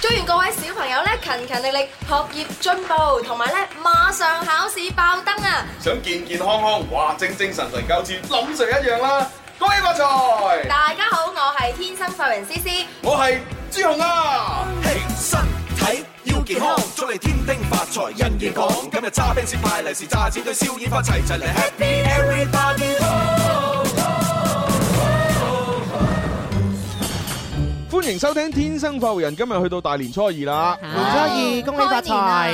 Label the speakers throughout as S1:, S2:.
S1: 祝願各位小朋友咧勤勤力力學業進步，同埋咧馬上考試爆燈啊！
S2: 想健健康康，哇，精精神神，好似林 Sir 一樣啦！恭喜發財！
S1: 大家好，我係天生快活人思思，
S2: 我係朱紅啊！
S3: 起身體要健康，祝你天丁發財人緣廣。今日揸 b 先派利是，炸錢堆燒煙花，齊齊嚟 Happy Everybody
S2: 歡迎收聽《天生快活人》，今日去到大年初二啦。嗯
S4: 年初二恭喜發財，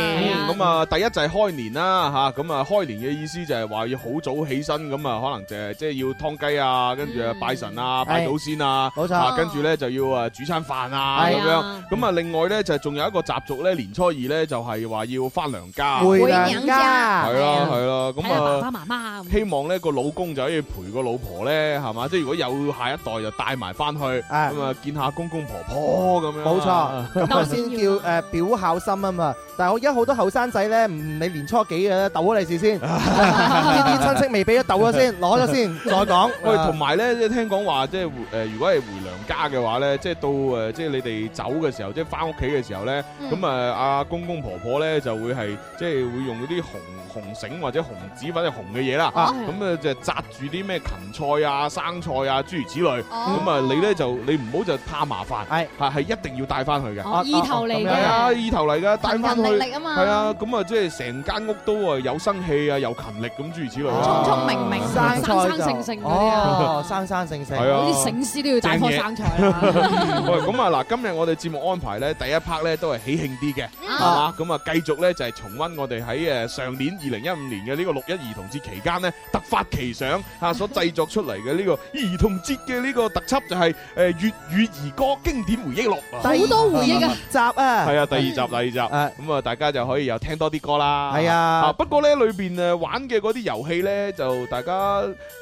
S2: 咁啊，第一就係開年啦，吓咁啊，開年嘅意思就係話要好早起身，咁啊，可能就係即係要劏雞啊，跟住啊拜神啊，拜祖先啊，
S4: 冇錯
S2: 啊跟住咧就要啊煮餐飯啊咁
S4: 係
S2: 樣。咁啊，另外咧就仲有一個習俗咧，年初二咧就係話要翻娘家，係
S4: 回
S5: 回
S4: 娘
S5: 娘
S4: 家
S5: 家。
S2: 啦係啦，咁
S5: 睇下
S2: 啊。
S5: 爸爸媽媽咁。
S2: 希望咧個老公就可以陪個老婆咧，係嘛？即係如果有下一代就帶埋翻去，
S4: 啊
S2: 咁啊見下公公婆婆咁樣。
S4: 冇錯，咁啊先 叫誒表孝心啊嘛。但係我而家好多後生仔咧，唔理年初幾嘅咧，鬥咗利是先，呢啲親戚未俾咗， 鬥咗先，攞咗先，再講。
S2: 喂，
S1: 啊
S2: 同埋咧，即係聽講話，即係回誒，如果係回娘家嘅話咧，即係到誒，即係你哋走嘅時候，即係翻屋企嘅時候咧，
S1: 嗯
S2: 咁啊，阿公公婆婆咧就會係即係會用嗰啲紅紅繩或者紅紙或者紅嘅嘢啦，
S1: 哦
S4: 啊
S2: 咁啊就紮住啲咩芹菜啊、生菜啊諸如此類，
S1: 哦
S2: 咁啊你咧就你唔好就怕麻煩，
S4: 係
S2: 係係一定要帶翻去嘅，
S5: 哦意頭嚟
S4: 咁
S2: 係
S4: 樣
S2: 啊
S5: 嘅，
S2: 意頭嚟噶，帶
S5: 勤
S2: 翻
S5: 勤
S2: 去
S5: 力。力啊嘛。
S2: 係啊，咁啊，即係成間屋都啊有生氣啊，有勤力咁諸如此類
S5: 聰
S2: 啦。
S5: 聰明明
S4: 生
S5: 生
S4: 菜
S5: 生性性
S4: 就
S5: 嗰啲啊
S4: 哦，生生性性
S2: 係啊
S5: 好似醒獅都要帶棵生菜啦。
S2: 喂，咁啊嗱，今日我哋節目安排咧，第一 part 咧都係喜慶啲嘅，係嘛？咁啊，繼續咧就係重温我哋喺誒上年二零一五年嘅呢個六一兒童節期間咧，突發奇想啊所製作出嚟嘅呢個兒童節嘅呢個特輯就係誒粵語兒歌經典回憶錄啊。
S5: 好多回憶啊！
S4: 集啊，
S2: 係啊，第二集，第二集，
S4: 誒
S2: 咁啊，大家就可以又聽多啲歌啦。
S4: 係啊
S2: 不過咧裏邊誒玩嘅嗰啲遊戲咧，就大家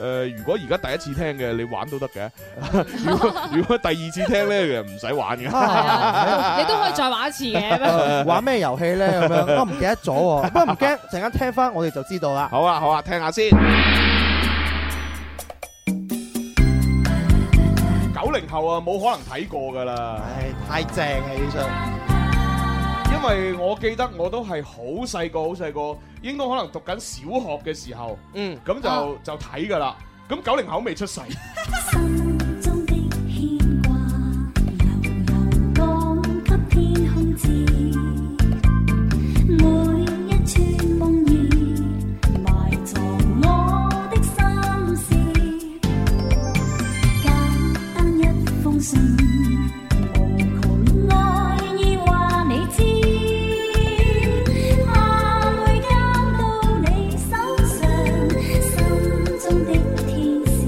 S2: 誒如果而家第一次聽嘅，你玩都 得嘅；如果如果第二次聽咧，就唔使玩嘅。
S5: 係啊你都可以再玩一次
S4: 啊
S5: 嘅。
S4: 玩咩遊戲咧？咁樣我唔記得 咗喎，不過唔驚，陣間聽翻我哋就知道啦。
S2: 好啊，好啊，聽下先。九零後啊，冇可能睇過噶啦，
S4: 唉，太正啊！呢出
S2: 因為我記得我都係好細個，好細個，應該可能讀緊小學嘅時候，
S4: 嗯，
S2: 咁就、
S5: 啊
S2: 就睇噶啦。咁九零後未出世，
S6: 心中的牽掛，悠悠降給天空知。每一串夢兒，埋藏我的心事。簡單一封信，無窮愛意話你知，盼會交到你手上，心中的天使。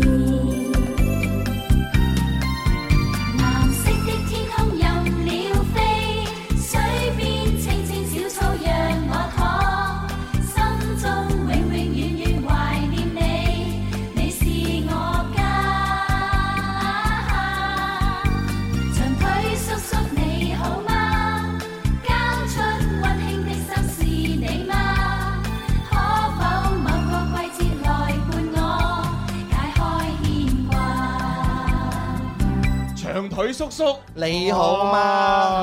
S6: 藍色的天空任鳥飛，水邊青青小草讓我躺，心中永永遠遠懷念你，你是我家。長腿叔叔你好嗎？交出溫馨的心是你嗎？可否某個季節來伴我，解開牽掛？
S2: 長腿叔叔
S4: 你好嘛？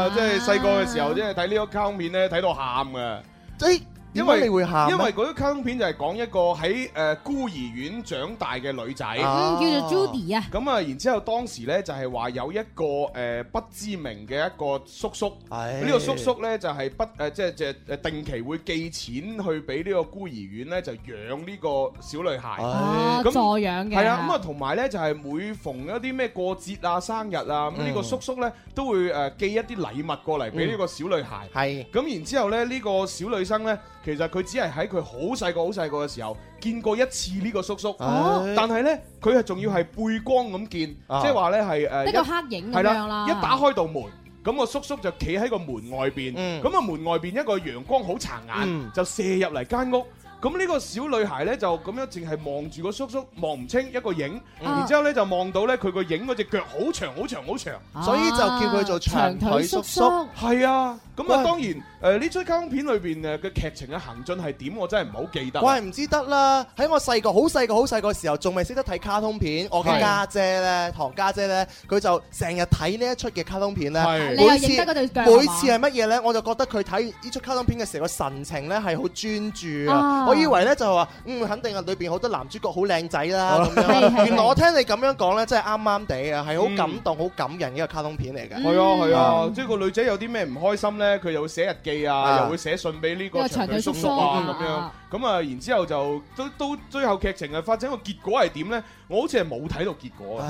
S2: 哇即係細個嘅時候，即係睇呢個卡通片咧，睇到喊嘅。
S4: 誒，
S2: 因
S4: 點
S2: 為
S4: 解你會喊咧？
S2: 因為嗰啲卡通片就係講一個喺誒孤兒院長大嘅女仔。
S4: 啊
S5: 嗯，叫做 Judy 啊。
S2: 咁啊，然之後當時咧就係話有一個誒不知名嘅一個叔叔，
S4: 唉
S2: 呢個叔叔咧就係不誒即係即係誒定期會寄錢去俾呢個孤兒院咧就養呢個小女孩。
S5: 哦，
S2: 咁
S5: 助養嘅。
S2: 係啊，咁啊，同埋咧就係每逢一啲咩過節啊、生日啊，咁呢個
S4: 嗯
S2: 叔叔咧都會誒寄一啲禮物過嚟俾呢個小女孩。
S4: 係
S2: 咁然之後咧，呢、個小女生呢，其實佢只係喺佢好細個、好細個嘅時候見過一次呢個叔叔，
S4: 哦
S2: 但係呢，佢係仲要係背光咁見，
S4: 啊
S2: 即係話呢係誒
S5: 一個
S2: 一
S5: 黑影
S2: 係
S5: 咁樣啦。
S2: 一打開道門。咁個叔叔就企喺個門外邊，
S4: 嗯
S2: 咁啊、門外邊一個陽光好殘眼，
S4: 嗯
S2: 就射入嚟間屋。咁呢個小女孩咧就咁樣淨係望住個叔叔望唔清一個影，
S5: 啊
S2: 然之後咧就望到咧佢個影嗰只腳好長好長好長。
S4: 所以就叫佢做長腿叔叔
S5: 啊長腿
S2: 係啊，咁啊
S4: 喂
S2: 當然誒呢出卡通片裏邊誒嘅劇情嘅行進係點，我真係唔係好記得。
S4: 怪唔之得啦！喺我細個好細個好細個時候，仲未識得睇卡通片。我嘅
S2: 係
S4: 家姐呢，堂家姐呢，佢就成日睇呢一出嘅卡通片呢。
S2: 係
S5: 啊你又
S4: 每次
S5: 認得嗰對腳
S4: 每次係乜嘢呢？我就覺得佢睇呢出卡通片嘅時候，個神情呢係好專注啊！
S5: 啊
S4: 我以為呢就係話，嗯，肯定係裏邊好多男主角好靚仔啦咁
S5: 係係
S4: 樣。
S5: 係嗯
S4: 原來我聽你咁樣講呢，真係啱啱地啊，係好感動、好感人嘅一個卡通片嚟嘅。
S2: 係啊係啊，即係個女仔有啲咩唔開心咧，佢又會寫日記啊，
S4: 嗯啊
S2: 又會寫信俾呢
S5: 呢
S2: 個
S5: 個
S2: 長
S5: 長
S2: 腿
S5: 腿
S2: 叔
S5: 叔
S2: 叔
S5: 叔
S2: 啊
S5: 啊
S2: 咁樣。咁啊，然之後就都都最後劇情啊發展個結果係點咧？我好似係冇睇到結果啊，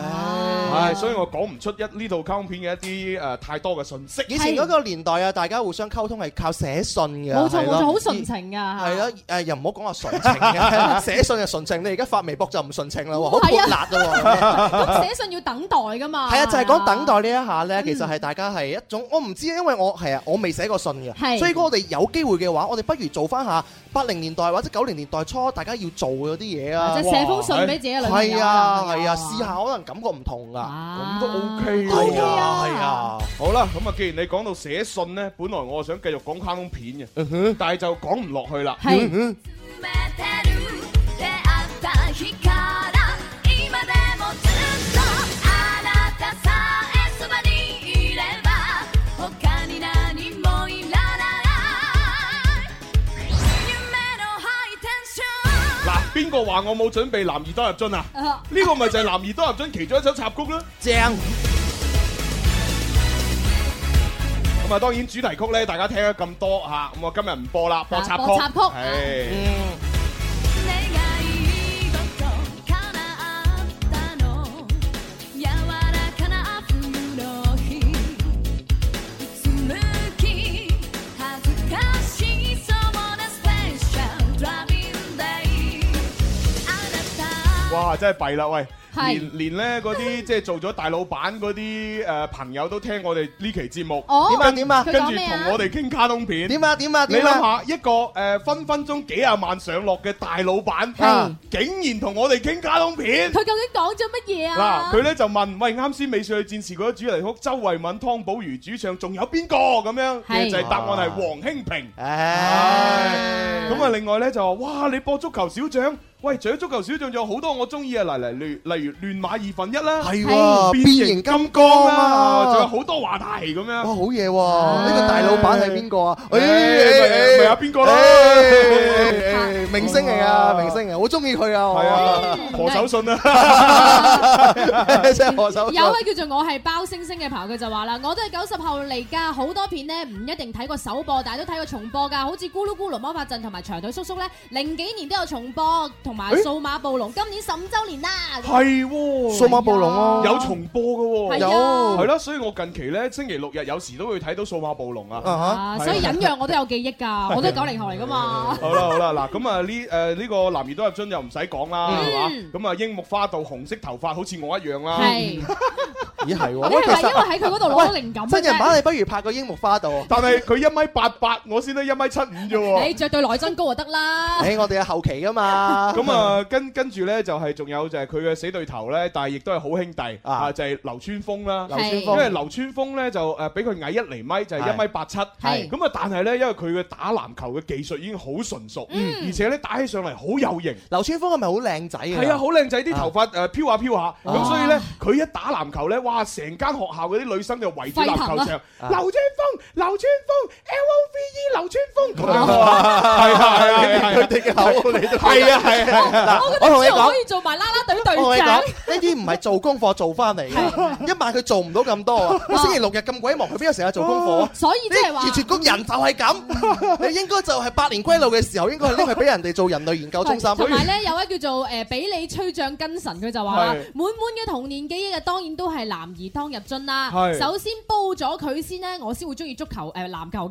S5: 唉
S2: 係，所以我講唔出一呢套卡通片嘅一啲誒呃太多嘅信息。
S4: 以前嗰個年代啊，大家互相溝通係靠寫信嘅，
S5: 冇錯
S4: 係
S5: 冇
S4: 咯
S5: 錯，好純啊情㗎。
S4: 係啊啦，誒又唔好講話純情 嘅，寫信就純情，你而家發微博就唔純情啦喎，好潑辣啦喎。
S5: 咁寫信要等待㗎嘛。
S4: 係啊，就係
S5: Ờ.
S4: 講等待呢一下咧，其實係大家係一種，我唔知，因為我係啊，我未寫過信嘅，
S5: 係
S4: 所以如果我哋有機會嘅話，我哋不如做翻下八零年代或者九零年代初大家要做嗰啲嘢啊
S5: 或者，寫封信俾自己嘅女朋友
S4: 係啊
S5: 男朋
S4: 係
S5: 友
S4: 啊，試下可能感覺唔同噶，
S5: 啊
S2: 咁都 OK 喎
S4: 係
S2: OK
S4: 啊係。啊，
S2: 好啦，咁啊，既然你講到寫信咧，本來我想繼續講卡通片
S4: 嗯
S2: 嘅，但係就講唔落去啦。
S5: 係
S6: 「出会った日から今でもずっと」「あなたさえそばにいれば他に何もいらない」「夢のハイテンション」
S2: 嗱，邊個話我冇準備男兒當入樽啊？
S5: 啊
S2: 呢個咪就係男兒當入樽其中一首插曲啦。
S4: 正。
S2: 咁啊，當然主題曲咧，大家聽咗咁多嚇，咁我今日唔播啦，播插曲。
S5: 啊播插曲
S4: ừ.
S6: 「
S2: 係
S6: 願い事叶ったの」「柔らかな冬の日」「うつむき恥ずかしそうなスペシャルドラビンデイ」「あな
S2: 哇，真係弊啦，喂！
S5: 係
S2: 連連咧嗰啲即係做咗大老闆嗰啲誒朋友都聽我哋呢期節目，
S5: 哦
S4: 點啊點啊
S5: 佢
S2: 跟
S5: 講
S2: 住
S5: 咩
S2: 同
S5: 啊
S2: 我哋傾卡通片。
S4: 點啊點啊
S2: 你
S4: 點
S2: 諗
S4: 啊！
S2: 下一個誒分分鐘幾廿萬上落嘅大老闆，
S5: 係
S2: 啊竟然同我哋傾卡通片。
S5: 佢究竟講咗乜嘢
S2: 嗱，
S5: 啊？
S2: 佢咧就問：喂，啱先《美少女戰士》嗰個主題曲，周慧敏、湯寶如主唱，仲有邊個咁樣？
S5: 係
S2: 就係答案係黃興平。
S4: 唉
S2: 咁啊，另外咧就話：哇，你播足球小將，喂，除咗足球小將，仲有好多我中意啊！例例如例如亂馬二分一啦，
S4: 係喎，變形金剛
S2: 光啦，仲有
S4: 啊！
S2: 好多話題咁
S4: 哇，
S2: 樣。
S4: 好嘢喎！呢個大老闆係邊個啊？誒
S2: 啊咪有邊個咯
S4: 誒明星嚟啊，明星嚟，好中意佢啊！
S2: 係啊，何守信啊，
S4: 我， 真係何手。
S5: 有啊位叫做我係包星星嘅朋友，佢就話啦：我都係九十後嚟㗎，好多片呢唔一定睇過首播，但係都睇過重播㗎。好似咕嚕咕嚕魔法陣同埋長腿叔叔呢，零幾年都有重播，同埋
S2: 誒
S5: 數碼暴龍今年十五週年啦。
S2: 係喎，
S4: 數碼暴龍咯，
S2: 有重播
S5: 係。
S2: 嘅喎
S4: 有
S5: 哦
S2: 係啦，所以我近期咧星期六日有時都會睇到數碼暴龍啊。
S4: 啊
S5: 啊，所以隱約我都有記憶㗎，我都係九零後嚟㗎嘛。
S2: 好啦好啦，嗱咁啊呢誒呢個男兒當入樽又唔使講啦，
S5: 嗯
S2: 係嘛？咁啊櫻木花道紅色頭髮好似我一樣啦。
S5: 係，你
S4: 哈！咦係喎，喂
S5: 係咪
S4: 其
S5: 因
S4: 實啊
S5: 為喺佢嗰度攞到靈感
S4: 真人
S5: 嘅啫
S4: 版你不如拍個櫻木花道。啊
S2: 但係佢一米八八，我先得一米七五啫
S5: 你
S2: 喎。
S5: 着對內增高就得啦。
S4: 誒，我哋係後期噶嘛。
S2: 咁啊，跟跟住咧就係仲有就係佢嘅死對頭咧，但係亦都係好兄弟
S4: 啊
S2: 啊，就係流川楓啦。
S4: 流川
S2: 因為
S4: 楓
S2: 流川楓咧就誒比佢矮一厘米，就係一米八七。
S5: 係
S2: 咁啊，但係咧因為佢嘅打籃球嘅技術已經好純熟，
S5: 嗯
S2: 而且咧打起上嚟好有型。
S4: 流川楓係咪好靚仔㗎
S2: 係啊，好啊靚仔啲頭髮誒飄下飄下，咁所以咧佢一打籃球咧，哇！成間學校嗰啲女生就圍住籃球
S5: 沸
S2: 場，
S5: 騰啊
S2: 流川
S4: 啊
S2: 楓，流川楓，L O V E，流川楓咁樣啊， 係啊係啊係啊
S4: 佢哋嘅口你都
S2: 係啊係啊係啊，
S5: 我覺
S4: 我
S5: 得
S4: 同你
S5: 之後
S4: 講
S5: 可以做埋啦啦隊
S4: 我
S5: 隊
S4: 同你
S5: 長
S4: 講，。呢啲唔係做功課做翻嚟嘅，一晚佢做唔到咁多啊！佢星期六日咁鬼忙，佢邊有成日做功課啊？
S5: 所 以即係話
S4: 熱血工人就 係咁，你應該就係百年歸老嘅時候，應該係拎去俾人哋做人類研究中心。
S5: 同埋咧，有位叫做誒比你吹脹根神，佢就話啦：
S2: 係
S5: 滿滿嘅童年記憶啊，當然都係男兒當入樽啦
S2: 係。
S5: 首先煲咗佢先呢，我先會中意足球誒籃球
S2: 哦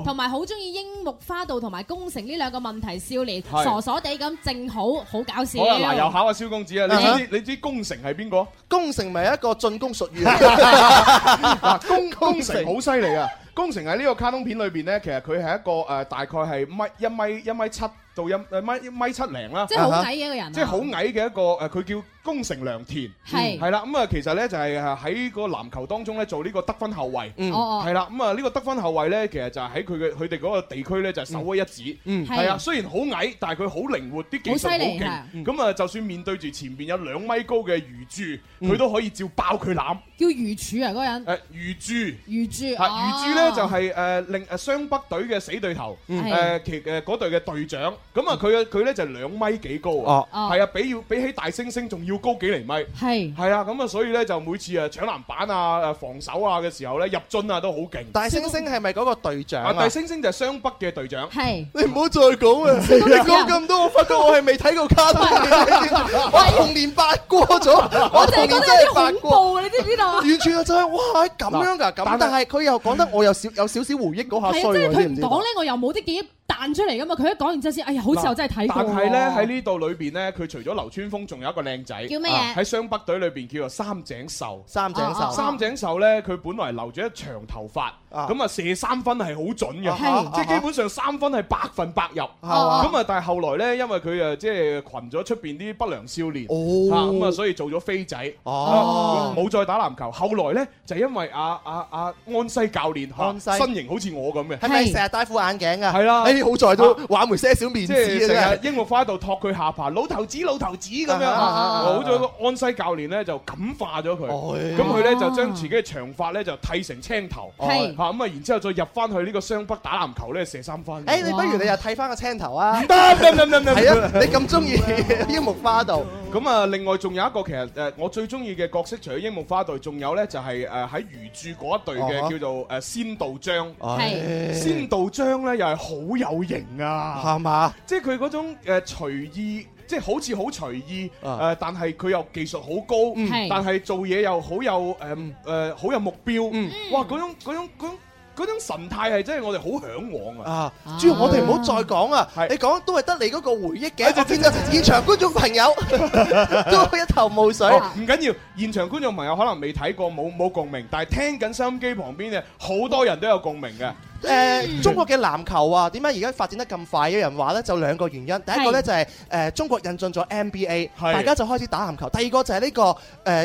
S5: 嘅，同埋好中意櫻木花道同埋宮城呢兩個問題少年，
S2: 係
S5: 傻傻地咁，正好好搞笑
S2: 好。啦，嗱又考下蕭公子啊，你
S4: 啊
S2: 知唔知你知攻城係邊 個？
S4: 攻城咪一個進攻術語，
S2: 嗱，攻攻城好犀利啊！工程喺呢個卡通片裏邊咧，其實佢係一個誒、呃大概係米一米一米七到一誒米一米七零啦，
S5: 即係好矮嘅一個人啊，
S2: 即係好矮嘅一個誒，佢、叫工程良田。
S5: 係
S2: 係啦，咁啊，其實咧就係誒喺個籃球當中咧做呢個得分後衞，
S4: 嗯
S5: 哦
S2: 係啦，咁啊呢個得分後衞咧，其實就係喺佢嘅佢哋嗰個地區咧就係首屈一指，
S4: 嗯
S5: 係
S2: 係啊，雖然好矮，但係佢好靈活，啲技術
S5: 好犀
S2: 好
S5: 利
S2: 勁，
S5: 係
S2: 咁啊就算面對住前邊有兩米高嘅魚柱，
S5: 嗯
S2: 佢都可以照爆佢攬，
S5: 叫魚柱啊嗰個人，
S2: 誒魚柱。
S5: 魚柱哦
S2: 嚇，魚珠咧就
S5: 係
S2: 係呃誒令誒雙北隊嘅死對頭，
S5: 嗯
S2: 誒其誒嗰隊嘅隊長，咁啊佢嘅佢咧就兩米幾高啊
S4: 嗯哦，
S5: 哦
S2: 係啊，比要比起大猩猩仲要高幾厘米，
S5: 係
S2: 係啊，咁啊所以咧就每次誒搶籃板啊、誒防守啊嘅時候咧入樽啊都好勁，
S4: 大猩猩係咪嗰個隊長
S2: 啊
S4: 啊
S2: 大？猩猩就係雙北嘅隊長。
S5: 係。
S4: 你唔好 再講啊！你講咁多，我發覺我係未睇過卡通片，我童年八過咗，我
S5: 我就係覺
S4: 童年
S5: 得
S4: 真
S5: 有
S4: 係八
S5: 啲恐
S4: 過。
S5: 怖啊！你知唔知道啊？
S4: 完全就係哇咁樣
S2: 嗱
S4: 㗎，咁
S2: 但係
S4: 但係佢又講得我有少有少少回憶嗰下
S5: 係啊，即
S4: 衰
S5: 係
S4: 喎，
S5: 佢
S4: 知
S5: 唔
S4: 唔知
S5: 講
S4: 道？
S5: 咧，我又冇啲記憶彈出嚟噶嘛。佢一講完之後先，哎呀，好似我真係睇過
S2: 但
S5: 喎。
S2: 係咧喺呢度裏邊咧，佢除咗劉川峰，仲有一個靚仔，
S5: 叫咩嘢
S2: 啊喺雙北隊裏邊叫做三井壽。
S4: 三井
S5: 哦哦
S4: 壽
S5: 哦
S2: 三井壽咧，佢本來留咗一長頭髮，咁啊射三分係好準
S4: 啊
S2: 嘅，
S5: 係
S2: 即係基本上三分係百分百入。
S4: 係嘛？
S2: 咁啊，但係後來咧，因為佢啊，即係群咗出邊啲不良少年，啊
S4: 哦，
S2: 咁啊，所以做咗飛仔，啊
S4: 哦
S2: 冇再打籃球。後來咧，就因為阿阿阿安西教練，啊
S4: 安西
S2: 身形好似我咁嘅，
S4: 係咪
S5: 係
S4: 成日戴副眼鏡啊？
S2: 係啦
S4: 哎好在都挽回些少面子
S2: 即
S4: 啊！
S2: 係
S4: 真
S2: 成日
S4: 係
S2: 櫻木花喺度托佢下巴，老頭子老頭子咁樣。
S4: 啊啊啊啊
S2: 好在個安西教練咧就感化咗佢，
S4: 哎
S2: 咁佢咧就將自己嘅長髮咧就剃成青頭，嚇
S5: 係
S2: 咁啊，然之後再入翻去呢個雙北打籃球咧射三分。
S4: 誒，哎你不如你又剃翻個青頭啊！
S2: 得得得得
S4: 係啊，你咁 中意櫻木花道，
S2: 咁啊，另外仲有一個其實呃誒，我最中意嘅角色，除咗櫻木花道，仲有咧就係誒喺魚住嗰一隊
S4: 啊哈
S2: 嘅叫做誒仙道章。
S4: 哦
S5: 係
S2: 仙道章咧又係好有型啊！
S4: 哎係嘛？
S2: 即係佢嗰種誒隨意，即係好似好隨意
S4: 啊
S2: 誒，但係佢又技術好高
S5: 嗯係，
S2: 但係做嘢又好有誒誒好有目標
S4: 嗯。
S2: 哇！嗰種嗰種嗰種嗰種神態係真係我哋好嚮往啊！
S4: 啊！主要我哋唔好再講啊！
S2: 係哎
S4: 你講都係得你嗰個回憶嘅，我見到現場觀眾朋友 都一頭霧水。
S5: 啊
S2: 哦唔緊要，現場觀眾朋友可能未睇過，冇冇共鳴，但係聽緊收音機旁邊嘅好多人都有共鳴
S5: 啊
S2: 嘅。嗯
S4: 誒呃中國嘅籃球啊，點解而家發展得咁快？有人話咧，就兩個原因。第一個咧就係誒中國引進咗 NBA，
S2: 係
S4: 大家就開始打籃球。第二個就係呢個誒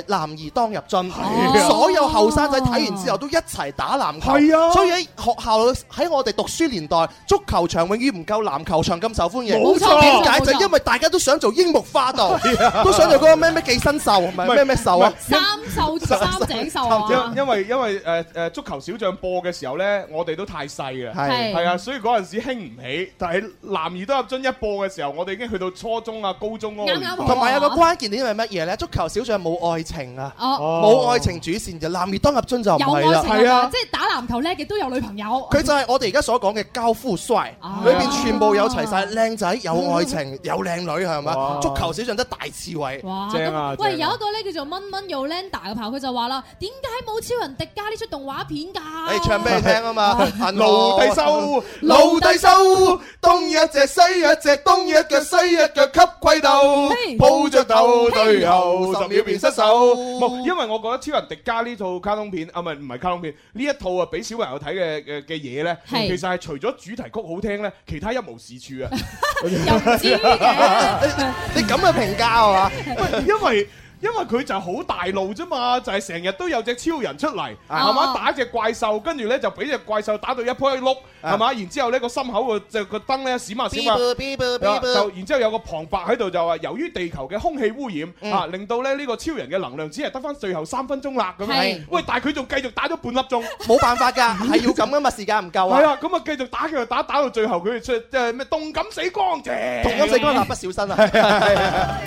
S4: 男兒當入
S2: 係
S4: 樽，
S5: 啊
S4: 所有後生仔睇完之後都一齊打籃球。
S2: 係啊
S4: 所以喺學校喺我哋讀書年代，足球場永遠唔夠籃球場咁受歡迎。
S2: 冇錯啊
S4: 點解
S5: 冇錯
S4: 就因為大家都想做櫻木花道，都想做嗰個咩咩寄生獸，唔
S2: 唔係
S4: 係咩咩獸啊？
S5: 三 獸三井獸啊
S2: 因！因為因為誒誒足球小將播嘅時候呢，我哋都太細啊。
S5: 係
S2: 係啊，所以嗰陣時興唔起，但係男兒都入樽一播嘅時候，我哋已經去到初中啊、高中嗰個
S5: 啱啱
S2: 年代
S5: 好
S4: 同埋有個關鍵點係乜嘢呢？足球小將冇愛情啊！
S5: 哦，
S4: 冇愛情主線就男兒當入樽就唔
S5: 有
S4: 係
S5: 愛
S4: 啦。
S5: 情
S2: 係
S5: 啊
S2: 啊，
S5: 即係打籃球叻嘅都有女朋友。
S4: 佢就係我哋而家所講嘅交夫帥
S5: 啊，
S4: 裏邊全部有齊晒靚仔、有愛 情、有靚女，係嘛？
S2: 哇
S4: 足球小將得大刺猬，
S5: 哇！
S2: 正啊
S5: 咁喂，
S2: 正啊
S5: 有一個咧叫做蚊蚊 Yolanda 嘅朋友，佢就話啦：點解冇超人迪迦呢出動畫片㗎？
S4: 你唱俾你聽啊嘛！奴
S2: 奴隸收，
S4: 奴隸收，東一隻西一隻，東一腳西一腳吸龜斗
S5: 嘿，
S4: 抱着斗
S2: 最
S4: 對
S2: 後十
S4: 後十
S2: 秒
S4: 秒
S2: 便
S4: 便
S2: 失
S4: 失
S2: 手。
S4: 手。
S2: 冇，因為我覺得《超人迪迦》呢套卡通片啊，唔係唔係卡通片，呢一套啊俾小朋友睇嘅嘅嘅嘢呢，
S5: 係
S2: 其實係除咗主題曲好聽呢，其他一無是處啊。
S5: 又唔至於嘅。
S4: 你咁嘅評價係嘛？
S2: 喂因為因為佢就好大路啫嘛，就係成日都有隻超人出嚟，係
S5: 啊
S2: 嘛打隻怪獸，跟住咧就俾隻怪獸打到一坡一碌，
S4: 啊
S2: 係嘛，然之後咧個心口個就個燈咧閃下閃下。啊就然之後有個旁白喺度就話，由於地球嘅空氣污染
S4: 嗯
S2: 啊，令到咧呢個超人嘅能量只係得翻最後三分鐘啦咁
S5: 係
S2: 樣。喂，但係佢仲繼續打咗半粒鐘，
S4: 冇辦法㗎，係要咁噶嘛，時間唔夠啊
S2: 係。啊，咁啊繼續打，繼續打，打到最後佢出即係咩動感死光啫。
S4: 同音死光，蠟筆小新啊！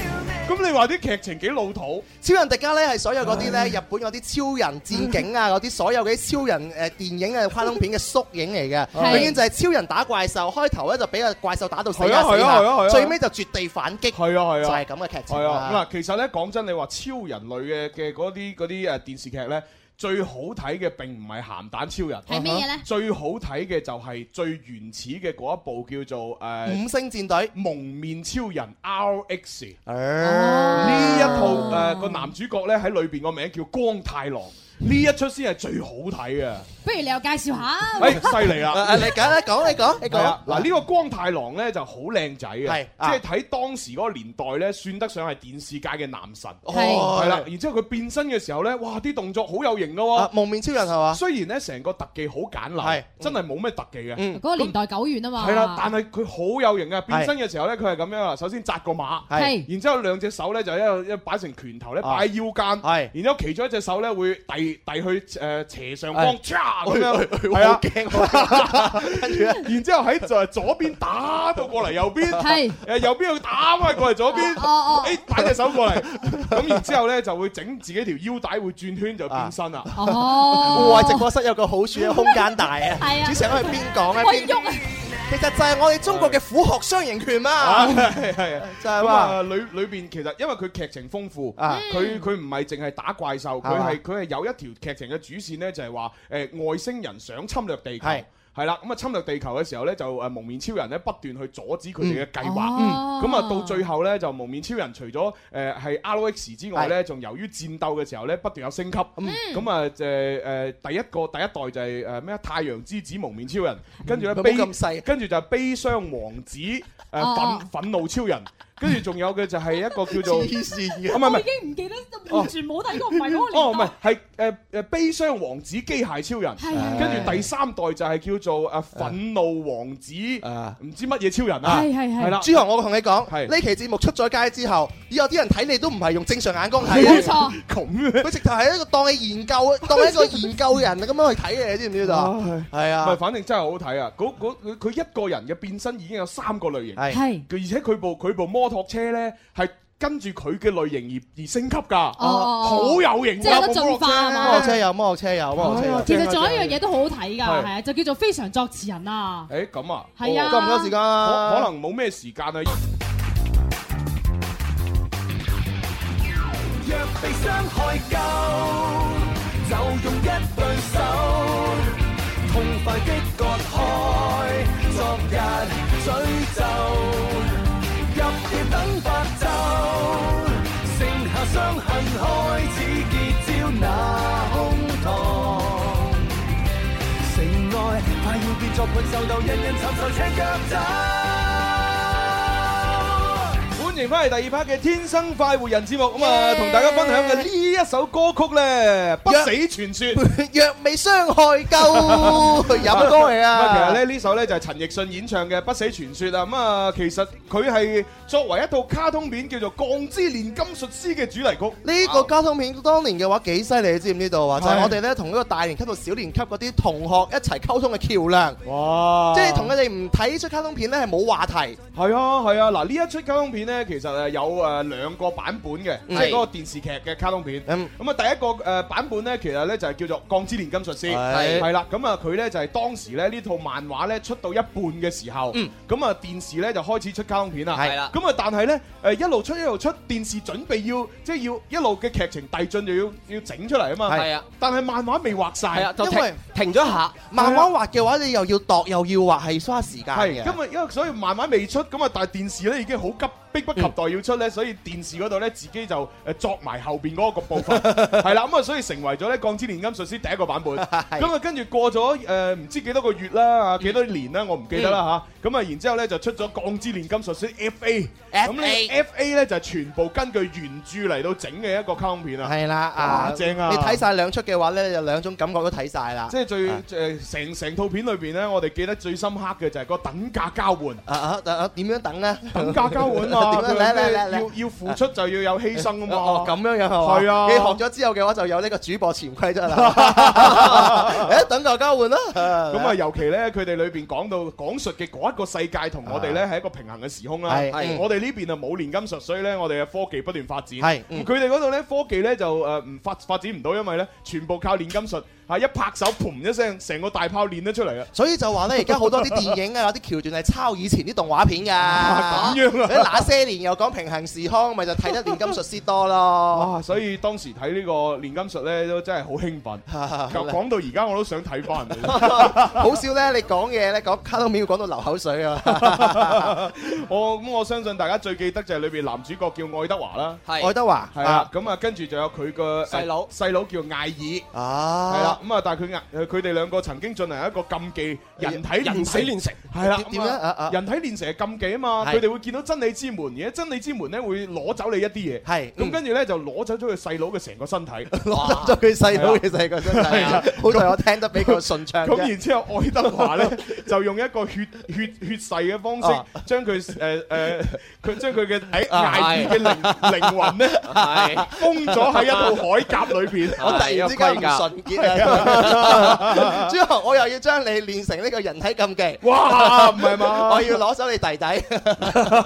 S2: 咁你話啲劇情幾老土？
S4: 超人迪迦咧係所有嗰啲咧日本嗰啲超人戰警啊，嗰啲所有嘅超人誒電影啊卡通片嘅縮影嚟
S5: 係
S4: 嘅，永遠就係超人打怪獸，開頭咧就俾個怪獸打到死
S2: 係
S4: 下
S2: 啊
S4: 死
S2: 係啊係啊係
S4: 下，
S2: 啊
S4: 最尾就絕地反擊，
S2: 係啊係啊。
S4: 就係咁嘅劇情
S2: 係啊，
S4: 啦。
S2: 嗱，其實咧講真，你話超人類嘅嘅嗰啲嗰啲誒電視劇咧，最好睇嘅並唔係鹹蛋超人，
S5: 係咩嘢咧？
S2: 最好睇嘅就係最原始嘅嗰一部叫做誒、
S4: 五星戰隊
S2: 蒙面超人 RX
S4: 哎
S2: 呃呢一套誒個、男主角咧喺裏邊個名叫光太郎。呢一出先係最好睇 嘅。
S5: 不如你又介紹下。
S2: 哎，犀 利啦！係啊，嗱
S4: Nói
S2: 呢個光太郎咧就好靚仔嘅
S4: 係，
S2: 即
S4: 啊
S2: 係睇當時嗰個年代咧，算得上係電視界嘅男神。
S5: 係。
S2: 係啦，然之後佢變身嘅時候咧，哇！啲動作好有型噶啊喎。雖然咧成個特技好簡
S4: 係
S2: 陋，真係冇咩特技嘅。
S5: 嗰個年代久遠啊嘛。
S2: 係啦，但係佢好有型啊！變
S4: 係
S2: 身嘅時候咧，佢係咁樣啊，首先扎個馬。
S5: 係。
S2: 然之後兩隻手咧就一路一擺成拳頭咧
S4: 啊
S2: 擺喺腰間，
S4: 係
S2: 然之後其中一隻手咧會遞遞去誒斜上方，
S4: 係哎
S2: 嚓咁樣，係啊， 然之後喺就係左邊打到過嚟右邊，
S5: 係
S2: 誒右邊又打翻過嚟左邊，
S5: 哦哦
S2: 誒擺隻手過嚟，咁然之後咧就會整自己條腰帶會轉圈就變身啦。
S5: 哦。係啊。喂，喐啊！
S2: 係係啊
S4: 就係
S2: 咁
S4: 話
S2: 啊，裏裏邊其實因為佢劇情豐富，
S4: 啊
S2: 佢佢唔係淨係打怪獸，
S4: 係
S2: 佢
S4: 嘛
S2: 係佢係有一條劇情嘅主線呢，就係話誒外星人想侵略地球
S4: 係。
S2: 係啦，咁啊侵略地球嘅時候呢，就呃誒蒙面超人咧不斷去阻止佢哋嘅計劃。
S5: 哦
S2: 咁啊，到最後呢，就蒙面超人除咗呃誒係 RX 之外呢，仲由於戰鬥嘅時候呢，不斷有升級。咁啊誒誒第一個第一代就係誒咩啊太陽之子蒙面超人，跟住咧悲跟住就係悲傷王子，誒
S5: 哦
S2: 憤憤怒超人，跟住仲有嘅就係一個叫做，啊唔係
S5: 我
S2: 唔係哦
S5: 已，經唔記得，完全冇睇過，唔係嗰
S2: 哦唔
S5: 個年
S2: 係
S5: 代。
S2: 係誒誒悲傷王子機械超人，
S5: 係係
S2: 跟住第三代就係叫做誒憤怒王子，
S4: 啊
S2: 唔知乜嘢超人啊，
S5: 係係係
S2: 係啦，
S4: 朱紅，我同你講，
S2: 係
S4: 呢期節目出咗街之後，以後啲人睇你都唔係用正常眼光
S2: 啊
S4: 睇
S5: 冇
S4: 嘅，
S5: 錯，
S2: 咁嘅。
S4: 佢直頭係一個當你研究，當你一個研究人咁樣去睇你，知唔知道啊？係
S2: 唔係，
S4: 啊，
S2: 反正真係好睇啊！嗰嗰佢佢一個人嘅變身已經有三個類型，
S4: 係
S5: 係
S2: 佢而且佢部佢部摩托車咧係跟住佢嘅類型而而升級㗎，
S5: 哦哦
S2: 好有型㗎！
S5: 即係有得
S2: 部摩
S5: 進化
S2: 托
S5: 啊嘛。
S2: 車
S4: 摩托車有，摩托車有，摩托車有。
S5: 其實仲有一樣嘢都好好睇㗎，
S2: 啊係
S5: 係啊，就叫做非常作詞人啊。
S2: 誒咁啊，
S5: 係啊
S4: 夠唔夠時間啊？
S2: 可可能冇咩時間啊。
S3: 若被傷害夠，就用一對手痛快的割開昨日詛咒，入夜等白晝，剩下傷痕開始結焦那胸膛。城外快要變作困獸鬥，人人尋仇赤腳走。
S2: 歡迎翻嚟第二 part 嘅《天生快活人》節目，咁啊，同大家分享嘅呢一首歌曲咧，《不死傳說》。
S4: 若未傷害 夠，飲歌嚟
S2: 咁啊其實
S4: 啊！
S2: 咧呢首咧就係陳奕迅演唱嘅《不死傳說》啊，咁啊，其實佢係作為一套卡通片叫做《鋼之煉金術師》嘅主題曲。啊
S4: 呢個交通片當年嘅話幾犀利，你知唔知道啊？就係
S2: 係
S4: 我哋咧同呢個大年級到小年級嗰啲同學一齊溝通嘅橋梁，
S2: 哇
S4: 即係同佢哋唔睇出卡通片咧係冇話題。
S2: 係啊係啊，嗱呢一出卡通片咧，其實呃誒有誒兩個版本嘅，即係嗰個電視劇嘅卡通片。
S4: 嗯
S2: 咁啊，第一個誒版本咧，其實咧就係叫做《鋼之煉金術師》，
S4: 係
S2: 係啦。咁啊，佢咧就係當時咧呢套漫畫咧出到一半嘅時候，咁啊電視咧就開始出卡通片啦。
S4: 係
S7: 啦
S2: 咁啊，但係咧誒一路出一路出，電視準備要即係要一路嘅劇情遞進，就要要整出嚟啊嘛。
S7: 係啊，
S2: 但係漫畫未畫晒。
S7: 係啊，就
S4: 因
S7: 停
S4: 為
S7: 停咗一下，
S4: 慢慢畫嘅話，你又要度又要畫，係花時間
S2: 係，
S4: 嘅。
S2: 因為因為所以慢慢未出，咁啊，但係電視咧已經好急，迫不及待要出咧，所以電視嗰度咧自己就誒作埋後邊嗰個部分，係啦，咁啊，所以成為咗咧《鋼之煉金術師》第一個版本。咁啊，跟住過咗誒唔知幾多個月啦，啊幾多年啦，我唔記得啦嚇。咁啊，然之後咧就出咗《鋼之煉金術師》F.A. 咁呢 F.A. 咧就係全部根據原著嚟到整嘅一個卡通片啊。
S4: 係啦，啊，
S2: 正啊
S4: 你睇晒兩出嘅話咧，就兩種感覺都睇晒啦。
S2: 即係最誒成成套片裏邊咧，我哋記得最深刻嘅就係個等價交換。
S4: 啊啊啊啊！點樣等咧？
S2: 等價交換啊嘛，
S4: 點樣嚟嚟嚟嚟
S2: 要要付出就要有犧牲啊嘛。
S4: 哦，咁樣樣係嘛？
S2: 係啊
S4: 你學咗之後嘅話，就有呢個主播潛規 則啦。 誒，等價交換啦。
S2: 咁啊，尤其咧，佢哋裏邊講到講述嘅嗰一個世界同我哋咧係一個平衡嘅時空啦。
S4: 啊係嗯係
S2: 我哋呢邊啊冇煉金術，所以咧我哋嘅科技不斷發展。
S4: 係
S2: 咁呃
S4: 嗯
S2: 佢哋嗰度咧科技咧就誒唔發發展唔到，因為咧全部靠煉金術。係一拍手，嘭一聲，成個大炮練得出嚟啊！
S4: 所以就話 咧，而家好多啲電影啊，有啲橋段係抄以前啲動畫片㗎。
S2: 咁樣啊
S4: 你那些年又講平衡時空，咪就睇得煉金術師多咯。
S2: 哇！啊所以當時睇呢個練金術咧，都真係好興 奮。講講到而家我都想睇翻。
S4: 好少咧，你講嘢咧講卡通片要講到流口水啊！
S2: 我咁我相信大家最記得就係裏邊男主角叫愛德華啦，
S4: 愛德華
S2: 係啊，咁啊跟住就有佢個
S7: 細佬
S2: 呃細佬叫艾爾。
S4: 啊，
S2: 係啦，咁啊，但係佢壓佢佢哋兩個曾經進行一個禁忌人體
S7: 人死練成，
S2: 係啦，
S4: 點
S2: 咁
S4: 點咧啊啊
S2: 人體練成係禁忌啊嘛，
S4: 係
S2: 佢哋會見到真理之門，而真理之門咧會攞走你一啲嘢，
S4: 係
S2: 咁
S4: 嗯
S2: 跟住咧就攞走咗佢細佬嘅成個身 體，咁
S4: 攞咗佢細佬嘅細個身體啊，好在我聽得比較順暢啫。
S2: 然之後愛德華咧 就用一個血血血誓嘅方
S4: 啊
S2: 式將佢誒誒佢將佢嘅誒
S7: 啊
S2: 艾爾嘅靈靈魂咧
S7: 係
S2: 封咗喺一套鎧甲裏邊。
S4: 我突然
S2: 啊
S4: 之間唔純 潔啊！朱紅，我又要將你練成呢個人體禁忌，
S2: 哇，唔係嘛！
S4: 我要攞走你 弟弟。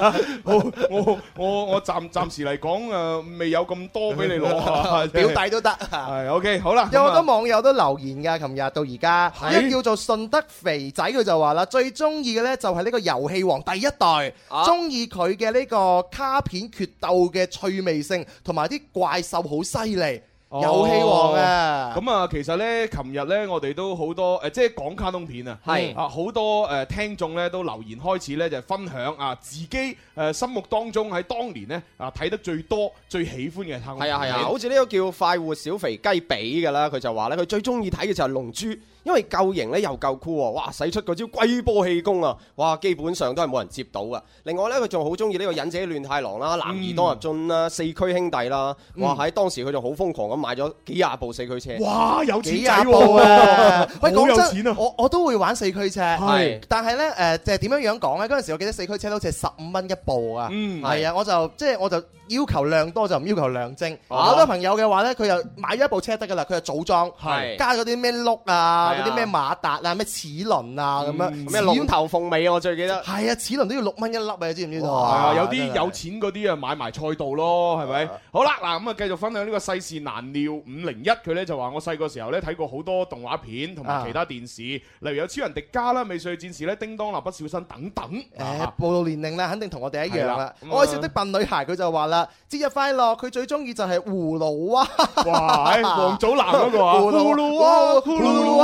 S2: 我我我我暫暫時嚟講誒，未有咁多俾你攞 啊
S4: 表弟都得。
S2: 係 OK，好啦，
S4: 有好多
S2: 咁啊
S4: 網友都留言㗎，琴日到而家，
S2: 係
S4: 一個叫做順德肥仔，佢就話啦，最中意嘅呢就係呢個遊戲王第一代，
S7: 啊
S4: 中意佢嘅呢個卡片決鬥嘅趣味性，同埋啲怪獸好犀利，
S2: 哦
S4: 遊戲王啊！
S2: 咁啊，其實咧，琴日咧，我哋都好多呃誒，即係講卡通片啊，
S7: 係
S2: 啊，好多誒聽眾咧都留言開始咧就分享啊，自己誒心目當中喺當年咧啊睇得最多、最喜歡嘅卡通片。
S7: 係啊係啊，好似呢個叫快活小肥雞比㗎啦，佢就話咧，佢最中意睇嘅就係龍珠，因為夠型咧又夠酷喎，哇！使出嗰招龜波氣功啊，哇！基本上都係冇人接到啊。另外咧，佢仲好中意呢個忍者亂太郎
S2: 嗯
S7: 啦、男兒當入樽啦、四驅兄弟啦，哇！喺當時佢就好瘋狂咁買咗幾廿部四驅車，
S2: 哇，有錢
S4: 幾
S2: 仔
S4: 廿步啊
S2: 喎！！
S4: 喂，
S2: 好有
S4: 講
S2: 錢
S4: 真，
S2: 啊！
S4: 我我都會玩四驅車
S7: 係，
S4: 但係呢，誒，就係點樣樣講呢？嗰陣時我記得四驅車都好似係十五蚊一部啊，
S2: 嗯
S4: 係啊，我就即係我就要求量多就唔要求量精。
S7: 哦
S4: 好多朋友嘅話呢，佢又買咗一部車得㗎啦，佢就組裝，
S7: 係
S4: 加嗰啲咩轆啊，
S7: 係啊
S4: 嗰啲咩馬達啊，咩齒輪啊
S2: 嗯
S4: 咁樣，
S7: 咩龍頭鳳尾啊，我最記得。
S4: 係啊，齒輪都要六蚊一粒啊，你知唔知道
S2: 係
S4: 啊
S2: 啊，？有啲
S4: 真係
S2: 有錢嗰啲啊，買埋賽道咯，係咪？好啦，嗱咁啊，繼續分享呢個世事難料五零一，佢咧就話我細個時候咧睇過好多動畫片同埋
S4: 啊
S2: 其他電視，例如有超人迪迦啦、美少女戰士咧、叮當、蠟筆小新等等。
S4: 誒
S2: 啊
S4: 暴露年齡啦，肯定同我哋一樣
S2: 係啦
S4: 啦。
S2: 咁啊
S4: 愛笑的笨女孩佢就話啦：節日快樂！佢最中意就係葫蘆啊娃。
S2: 哇！唉王祖藍嗰 個啊，啊
S4: 葫蘆
S2: 哇
S4: 娃
S2: 葫蘆
S4: 葫蘆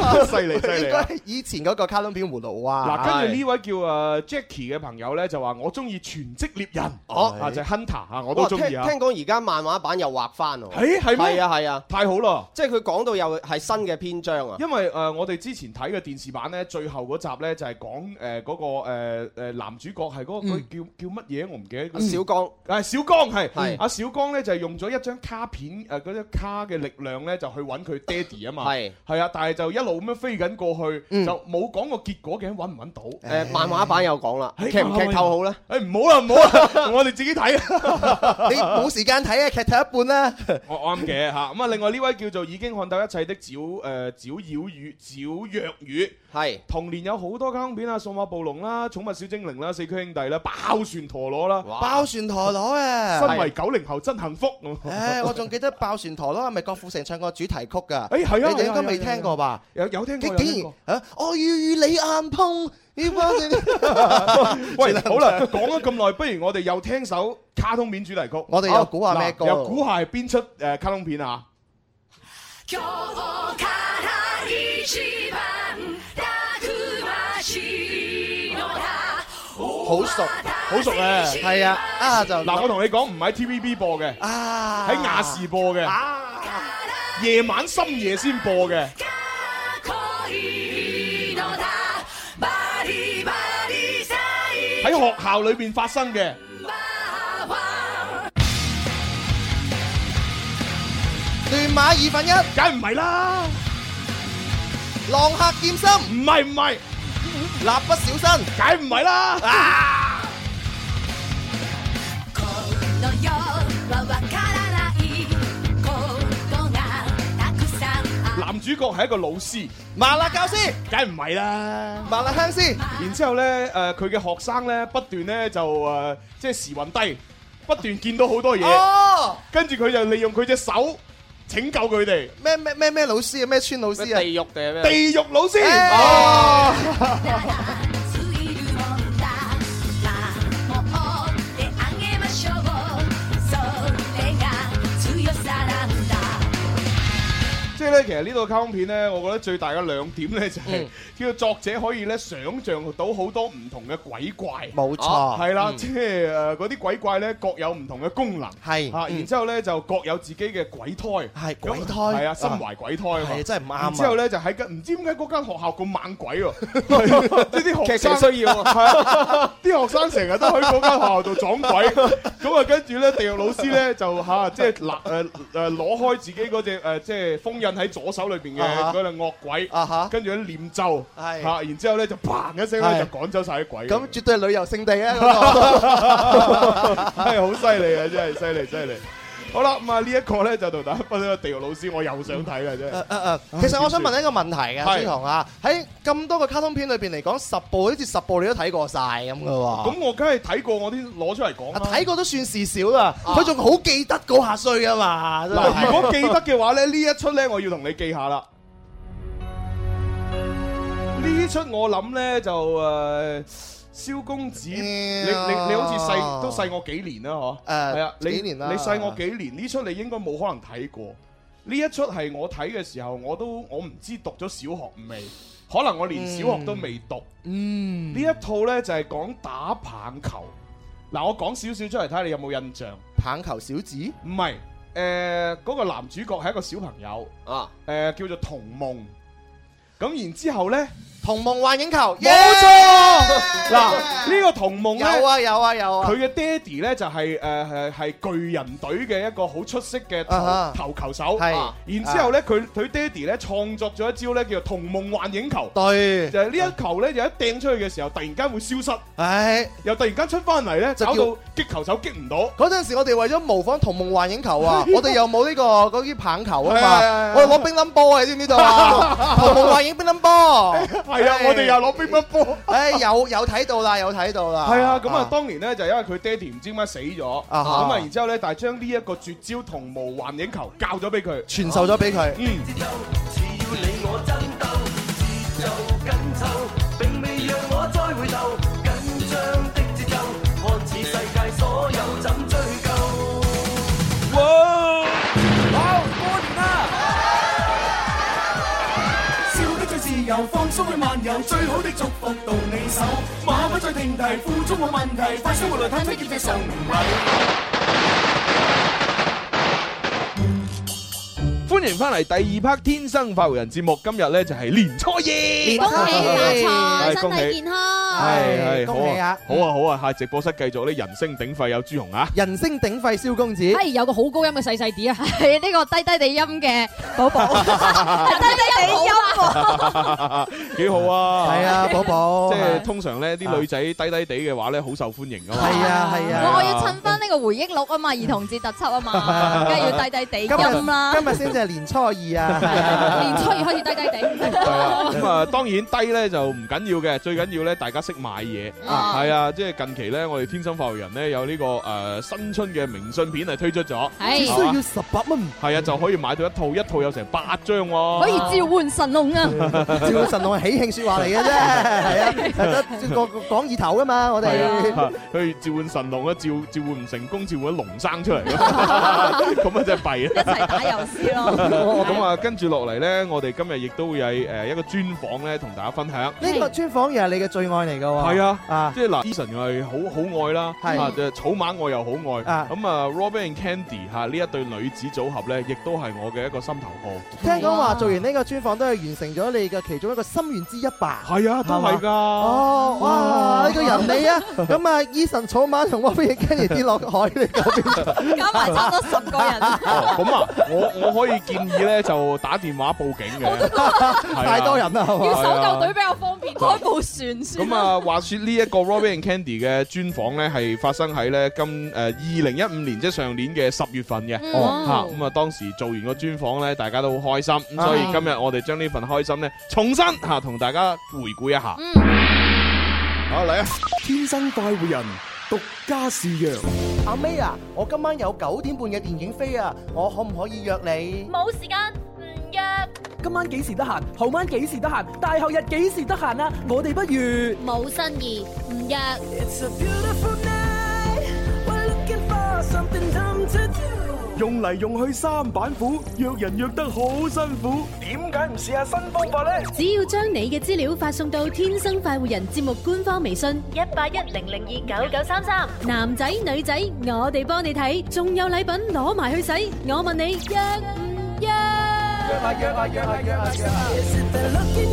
S2: 娃，犀利犀
S4: 應
S2: 利
S4: 該
S2: 啊！
S4: 係以前嗰個卡通片葫蘆啊
S2: 嗱，
S4: 娃。
S2: 跟住呢位叫啊 Jackie 嘅朋友咧就話我中意全職獵人，
S7: 哦
S2: 啊就係 Hunter 啊，
S7: 哇
S2: 我都中意啊。
S7: 聽聽講而家漫畫版又畫翻喎。
S2: 誒係
S7: 係
S2: 咩？
S7: 啊係啊，
S2: 太好啦！
S7: 即係佢講到又係新嘅篇章啊。
S2: 因為誒、呃我哋之前睇嘅電視版呢，最後嗰集呢就係講誒嗰個誒、呃、男主角係嗰、個佢叫叫乜嘢，我唔記得。
S7: 阿小剛
S2: 啊小剛係
S7: 係
S2: 阿小剛呢就係用咗一張卡片誒嗰張卡嘅力量呢，就去揾佢爹哋啊嘛。
S7: 係
S2: 係啊，但係就一路咁樣飛緊過去，就冇講個結果嘅，揾唔揾到？
S7: 誒漫畫版又講啦，
S2: 誒
S7: 劇唔劇透好咧？
S2: 誒唔好啦唔好 啦，我哋自己睇啊。
S4: 你冇時間睇啊，劇睇一半 啦。
S2: 我我啱嘅嚇，咁啊另外呢位叫做已經看透一切的沼誒沼妖魚沼若魚。
S7: 係
S2: 童年有好多卡通片啊，數碼暴龍啦、寵物小精靈啦、四驅兄弟啦、爆旋陀螺啦。
S4: 爆旋陀螺啊！
S2: 身為九零後真幸福。
S4: 唉，我仲記得爆旋陀螺係咪郭富城唱過主題曲㗎？
S2: 誒
S4: 你
S2: 係啊，
S4: 哋應該
S2: 係啊
S4: 未聽過？吧？
S2: 係啊係啊有有聽過
S4: 竟
S2: 有
S4: 竟
S2: 聽
S4: 然
S2: 過。
S4: 啊！我要與你硬碰，要爆旋
S2: 喂，好啦，講咗咁耐，不如我哋又聽首卡通片主題曲。
S4: 我哋又估下咩歌
S2: 嗱又估下係邊出誒卡通片啊？
S6: 今日から一番たくましいのだ
S4: 好熟，
S2: 好熟咧。
S4: 係啊！啊就
S2: 嗱，我同你講，唔喺 TVB 播嘅，
S4: 啊
S2: 喺亞視播嘅，夜晚深夜先播嘅。
S6: かっこいいのだバリバリ最
S2: 喺學校裏邊發生嘅。
S6: 高は
S4: 亂馬二分一，
S2: 梗係唔係啦，
S4: 浪客劍心，
S2: 唔係唔係，
S4: 蠟筆小新，
S2: 梗係唔係啦。啊！
S6: この世はわからないことがたくさんある
S2: 男主角係一個老師，
S4: 麻辣教師，
S2: 梗係唔係啦。
S4: 麻辣香師，
S2: 然之後咧，誒佢嘅學生咧不斷咧就誒、呃即係時運低，不斷見到好多嘢，
S4: 哦，
S2: 跟住佢就利用佢隻手拯救佢哋。
S4: 咩咩咩咩老師啊，咩村老師啊，
S7: 地獄定係咩？
S2: 地獄老師，
S4: 哦，
S2: 即係咧，其實呢套卡通片咧，我覺得最大嘅亮點咧就係叫作者可以咧想像到好多唔同嘅鬼怪。
S4: 冇錯，
S2: 係啦，
S7: 嗯
S2: 即係誒嗰啲鬼怪咧各有唔同嘅功能，
S4: 係
S2: 啊，然之後咧就各有自己嘅鬼胎，
S4: 係鬼胎
S2: 係啊，心懷鬼胎啊嘛
S4: 係真係唔啱啊
S2: 然之後咧就喺間唔知點解嗰間學校咁猛鬼 喎，即係啲學
S7: 劇
S2: 生
S7: 情需要啊。
S2: 係啊，啲學生成日都喺嗰間學校度撞鬼，咁啊跟住咧，地獄老師咧就嚇即係嗱誒誒攞開自己嗰只誒即係封印喺左手裏邊嘅
S4: 啊哈
S2: 嗰隻惡鬼，
S4: 啊哈，
S2: 跟住咧念咒
S4: 係
S2: 嚇，然之後咧就砰一聲咧
S4: 係
S2: 就趕走晒啲鬼，
S4: 咁絕對係旅遊勝地啊！ 嗰個
S2: 係好犀利啊！真係犀利犀利。好啦，咁啊呢一個咧就同大家分享地獄老師，我又想睇啦，真係。
S4: 誒誒
S2: 嗯
S4: 誒啊其實我想問一個問題
S2: 係
S4: 嘅，朱紅啊，喺咁多個卡通片裏邊嚟講，十部好似十部你都睇過晒咁嘅喎。
S2: 咁我梗係睇過，我啲攞出嚟講
S4: 啊
S2: 啦。
S4: 睇過都算事少啦，佢仲好記得嗰下衰啊嘛！真
S2: 啊
S4: 啊
S2: 嗱，
S4: 係
S2: 如果記得嘅話咧，呢一出咧，我要同你記下啦。呢出我諗咧就誒、呃，蕭公子，你你你好似細都細我幾年啦，嗬？
S4: 嗯誒
S2: 係啊，你
S4: 幾年啦
S2: 你細我幾年？呢出你應該冇可能睇過。呢一出係我睇嘅時候，我都我唔知讀咗小學未，可能我連小學都未讀。
S4: 嗯
S2: 呢、一套呢，就係、講打棒球。嗱，我講少少出嚟睇下你有冇印象？
S4: 棒球小子
S2: 唔係，誒、嗰、個男主角係一個小朋友。
S7: 啊，
S2: 誒、叫做童夢。咁然之後呢，
S4: 同夢幻影球，
S2: 冇錯，嗱呢個童夢呢，
S4: 有啊有啊有啊
S2: 佢，嘅爹哋呢，就係誒誒係巨人隊嘅一個好出色嘅
S4: 啊哈
S2: 投投球手。
S4: 係
S2: 啊然之後呢，佢佢爹哋呢，創作咗一招呢，叫做童夢幻影球，
S4: 對
S2: 就，係呢一球呢，就一掟出去嘅時候，突然間會消失，
S4: 唉。
S2: 又突然間出翻嚟呢，
S4: 就
S2: 搞
S4: 叫
S2: 到擊球手擊唔到。
S4: 嗰陣時，我哋為咗模仿同夢幻影 球啊，我哋又冇呢個嗰啲棒球啊
S2: 係係係
S4: 嘛，我哋攞乒乓波啊，你知唔知道啊？ 同夢幻影乒乓波，
S2: 係啊，我哋又攞乒乓波。
S4: 唉，有有睇到啦，有睇到啦。
S2: 係啊，咁啊，當年咧就因為佢爹哋唔知點解死咗，咁
S4: 啊哈
S2: 啊，然之後咧，但係將呢一個絕招同無幻影球教咗俾佢。
S4: 傳授咗俾佢。
S2: 嗯，
S3: 只要你我爭鬥，節奏緊湊，並未讓我再回頭。緊張的節奏，看似世界所有怎追究？好，過年啦！笑得最自由，放鬆去漫遊，最好的祝福到你手。馬不再停蹄，付出冇問題，快生活來探出見最常禮。
S2: 歡迎翻嚟第二 part《天生快活人》節目，今日咧就係年初二。
S5: 恭喜發
S2: 係
S5: 財，
S2: 恭喜
S5: 身體健康。
S2: 係係，
S4: 恭喜啊
S2: 好啊好啊，喺直播室繼續咧人聲鼎沸有朱紅 啊，
S4: 人聲鼎沸，蕭公子，
S5: 係哎有個好高音嘅細細啲啊！
S8: 係呢個低低地音嘅寶寶，係低低地音喎。
S2: 幾好啊。
S4: 係，啊，寶寶，
S2: 即係通常咧啲女仔低低地嘅話咧，好受歡迎噶嘛。
S4: 係啊係
S8: 我我
S4: 啊。
S8: 要襯翻呢個回憶錄啊嘛，兒童節特輯啊嘛， 梗係要低低地
S2: 啊
S8: 音啦。
S5: 啊
S4: 今日先至係年初二 啊，
S5: 年初二開始低低地。
S2: 係啊，咁啊，
S4: 哦
S2: 當然低咧就唔緊要嘅，最緊要咧大家識買嘢。
S4: 哦
S8: 啊
S2: 係啊，即係近期咧，我哋天生快活人咧有呢個誒新春嘅明信片係推出咗，
S4: 只需
S5: 係
S4: 要十八蚊，
S2: 係啊，就可以買到一套，一套有成八張
S8: 可以
S2: 喎。
S8: 召喚神龍啊！
S4: 趙神龍係喜慶説話嚟 嘅啫，係啊，得個個講意頭噶嘛，我
S2: 係
S4: 哋。
S2: 啊， 去召喚神龍啊，召召喚唔成功，召喚龍生 出嚟，咁啊真係弊啊！
S8: 一齊打遊戲咯。
S2: 咁啊，跟住落嚟咧，我哋今日亦都會係誒一個專訪咧，同大家分享。
S4: 呢個專訪又係你嘅最愛嚟㗎喎。
S2: 係啊。
S4: 啊，
S2: 即係嗱，Eason 又係好好愛啦，
S4: 係
S2: 啊，就草蜢我又好愛，
S4: 啊
S2: 咁啊，Robin and Candy 嚇呢一對女子組合咧，亦都係我嘅一個心頭好。
S4: 聽講話做完呢個專訪都係完成咗你嘅其中一個心願之一吧？
S2: 係啊，都係㗎。
S4: 哦，哇！呢個人 你啊，咁啊，Eason 草蜢同 Robin 跟住跌落海你嗰邊，
S8: 加埋差唔多十個人，
S2: 哦咁啊，我我可以建議咧，就打電話報警嘅，係啊
S4: 太多。人啦，係 嘛
S5: 要搜救隊比較方便。
S8: 開部船算
S2: 哎咁
S8: 啦。
S2: 啊，話說呢一個 Robin and Candy 嘅專訪咧，係發生喺咧今誒呃二零一五年即係上年嘅十月份
S5: 嗯
S2: 嘅。
S8: 哦
S2: 嚇咁啊！當時做完個專訪咧，大家都好開心，
S5: 嗯
S2: 咁所以
S8: 啊
S2: 今日我哋將呢份開心咧，重新嚇同大家回顧一下。
S8: 嗯，
S2: 好嚟啊！
S3: 天生快活人，獨家試揚。
S4: 阿 May 啊，我今晚有九點半嘅電影飛啊，我可唔可以約你？
S9: 冇時間，唔約。
S10: 今晚幾時得閒？後晚幾時得閒？大後日幾時得閒啊？我哋不如
S9: 冇新意，唔約。
S3: 用嚟用去三板斧，約人約得好辛苦，點解唔試下新方法呢？
S11: 只要將你嘅資料發送到《天生快活人》節目官方微信，
S9: 一八一零零二九九三三，
S11: 男仔女仔，我哋幫你睇，仲有禮品攞埋去使。我問你約唔約？
S3: 約啊約啊約啊約啊約啊！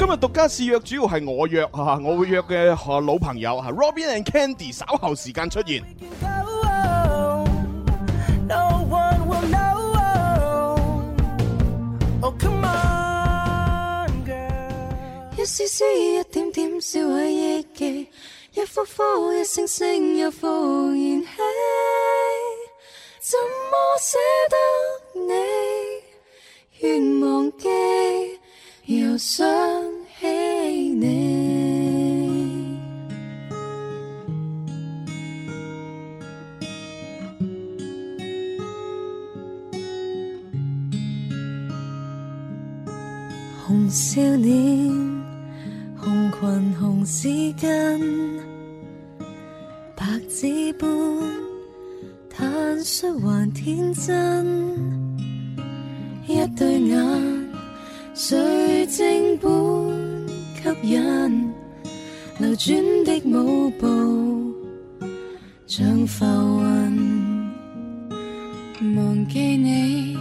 S2: 今日獨家試約主要係我約嚇，我會約嘅啊老朋友嚇 Robin and Candy 稍後時間出現。
S12: 一絲絲，一點點，燒毀憶記；一幅幅，一聲聲，又復燃起。怎麼捨得你？願忘記，又想起你。紅少年，紅裙紅絲巾，白紙般坦率還天真，一對眼水晶般吸引，流轉的舞步像浮雲，忘記你，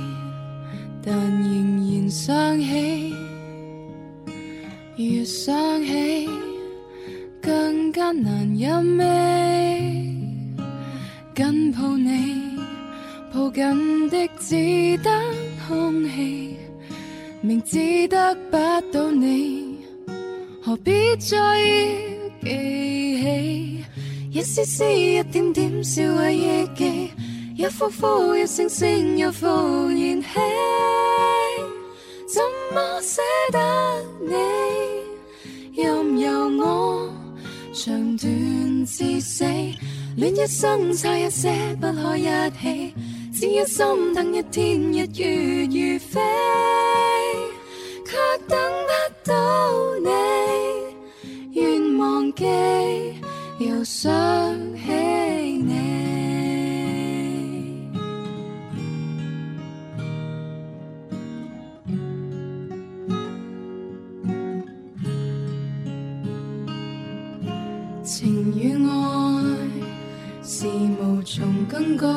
S12: 但仍然想起。越想起，更加難飲味。緊抱你，抱緊的只得空氣，明知得不到你，何必再要記起？一絲絲，一點點，燒毀憶記，一呼呼，一聲聲，又復燃起。怎麼捨得你？任由我長斷至死，戀一生差一些不可一起，只一心等一天日月如飛，卻等不到你，願忘記又想起你。情與愛是無從更改，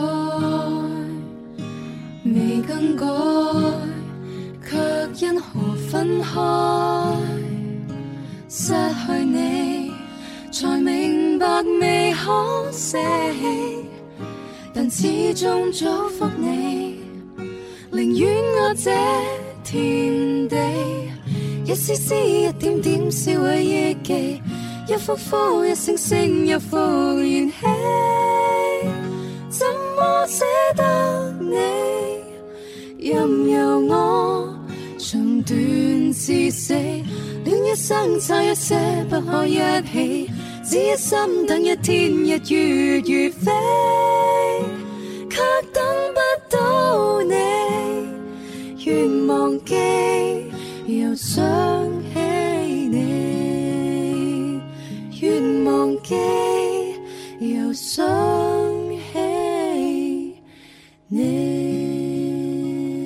S12: 未更改，卻因何分開？失去你，才明白未可捨棄，但始終祝福你，寧願我這天地，一絲絲，一點點，燒毀憶記。一幅幅，一聲聲，又復燃起。怎麼捨得你？任由我長斷至死，戀一生差一些不可一起，只一心等一天日月如飛，卻等不到你，願忘記又想起你。願忘記，又想起你。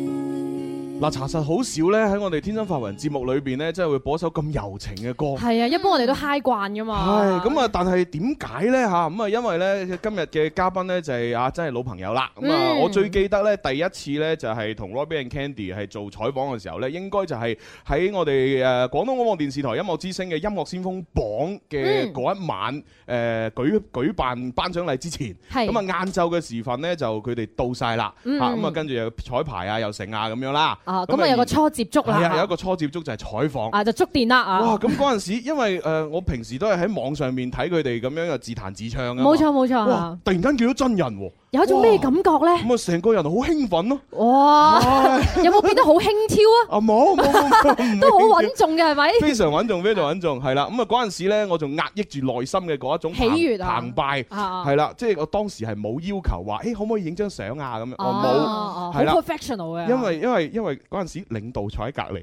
S2: 嗱，查實好少咧喺我哋天生發雲節目裏邊咧，真係會播一首咁柔情嘅歌。
S8: 係啊，一般我哋都嗨慣噶嘛。
S2: 係咁啊！但係點解咧嚇咁啊？因為咧今日嘅嘉賓咧就係啊，真係老朋友啦。咁啊，
S8: 嗯
S2: 我最記得咧第一次咧就係同 Robin and Candy 係做採訪嘅時候咧，應該就係喺我哋誒廣東廣播電視台音樂之聲嘅音樂先鋒榜嘅
S8: 嗯
S2: 嗰一晚誒舉舉辦頒獎禮之前。
S8: 係
S2: 咁啊，晏晝嘅時分咧就佢哋到晒啦嚇，
S8: 嗯
S2: 咁啊跟住又彩排啊又成啊咁樣啦。
S8: 啊，咁啊有個初接觸
S2: 係啊，有一
S8: 啦，
S2: 個初接觸就係採訪。
S8: 啊就觸電啦
S2: 哇！
S8: 啊，
S2: 咁嗰陣時，因為誒、呃我平時都係喺網上面睇佢哋咁樣又自彈自唱啊嘛。
S8: 冇錯冇錯
S2: 哇
S8: 啊！！
S2: 突然間見到真人喎，
S6: 有一種咩感覺咧？
S2: 咁啊，成個人好興奮啊咯！
S6: 哇！ 有冇變得好輕佻啊？
S2: 啊冇冇冇冇，
S6: 都好 穩重嘅係咪？
S2: 非常穩重，非常穩重，係啦。咁啊嗰陣時咧，我仲壓抑住內心嘅嗰一種
S6: 喜悅啊
S2: 澎澎湃，
S6: 啊
S2: 係啦，即係我當時係冇要求話，誒可唔可以影張相啊咁樣，
S6: 哦
S5: 啊
S2: 我冇，係
S6: 好
S2: 啦。
S6: professional 嘅。
S2: 因為因為因為嗰陣時領導坐喺隔離，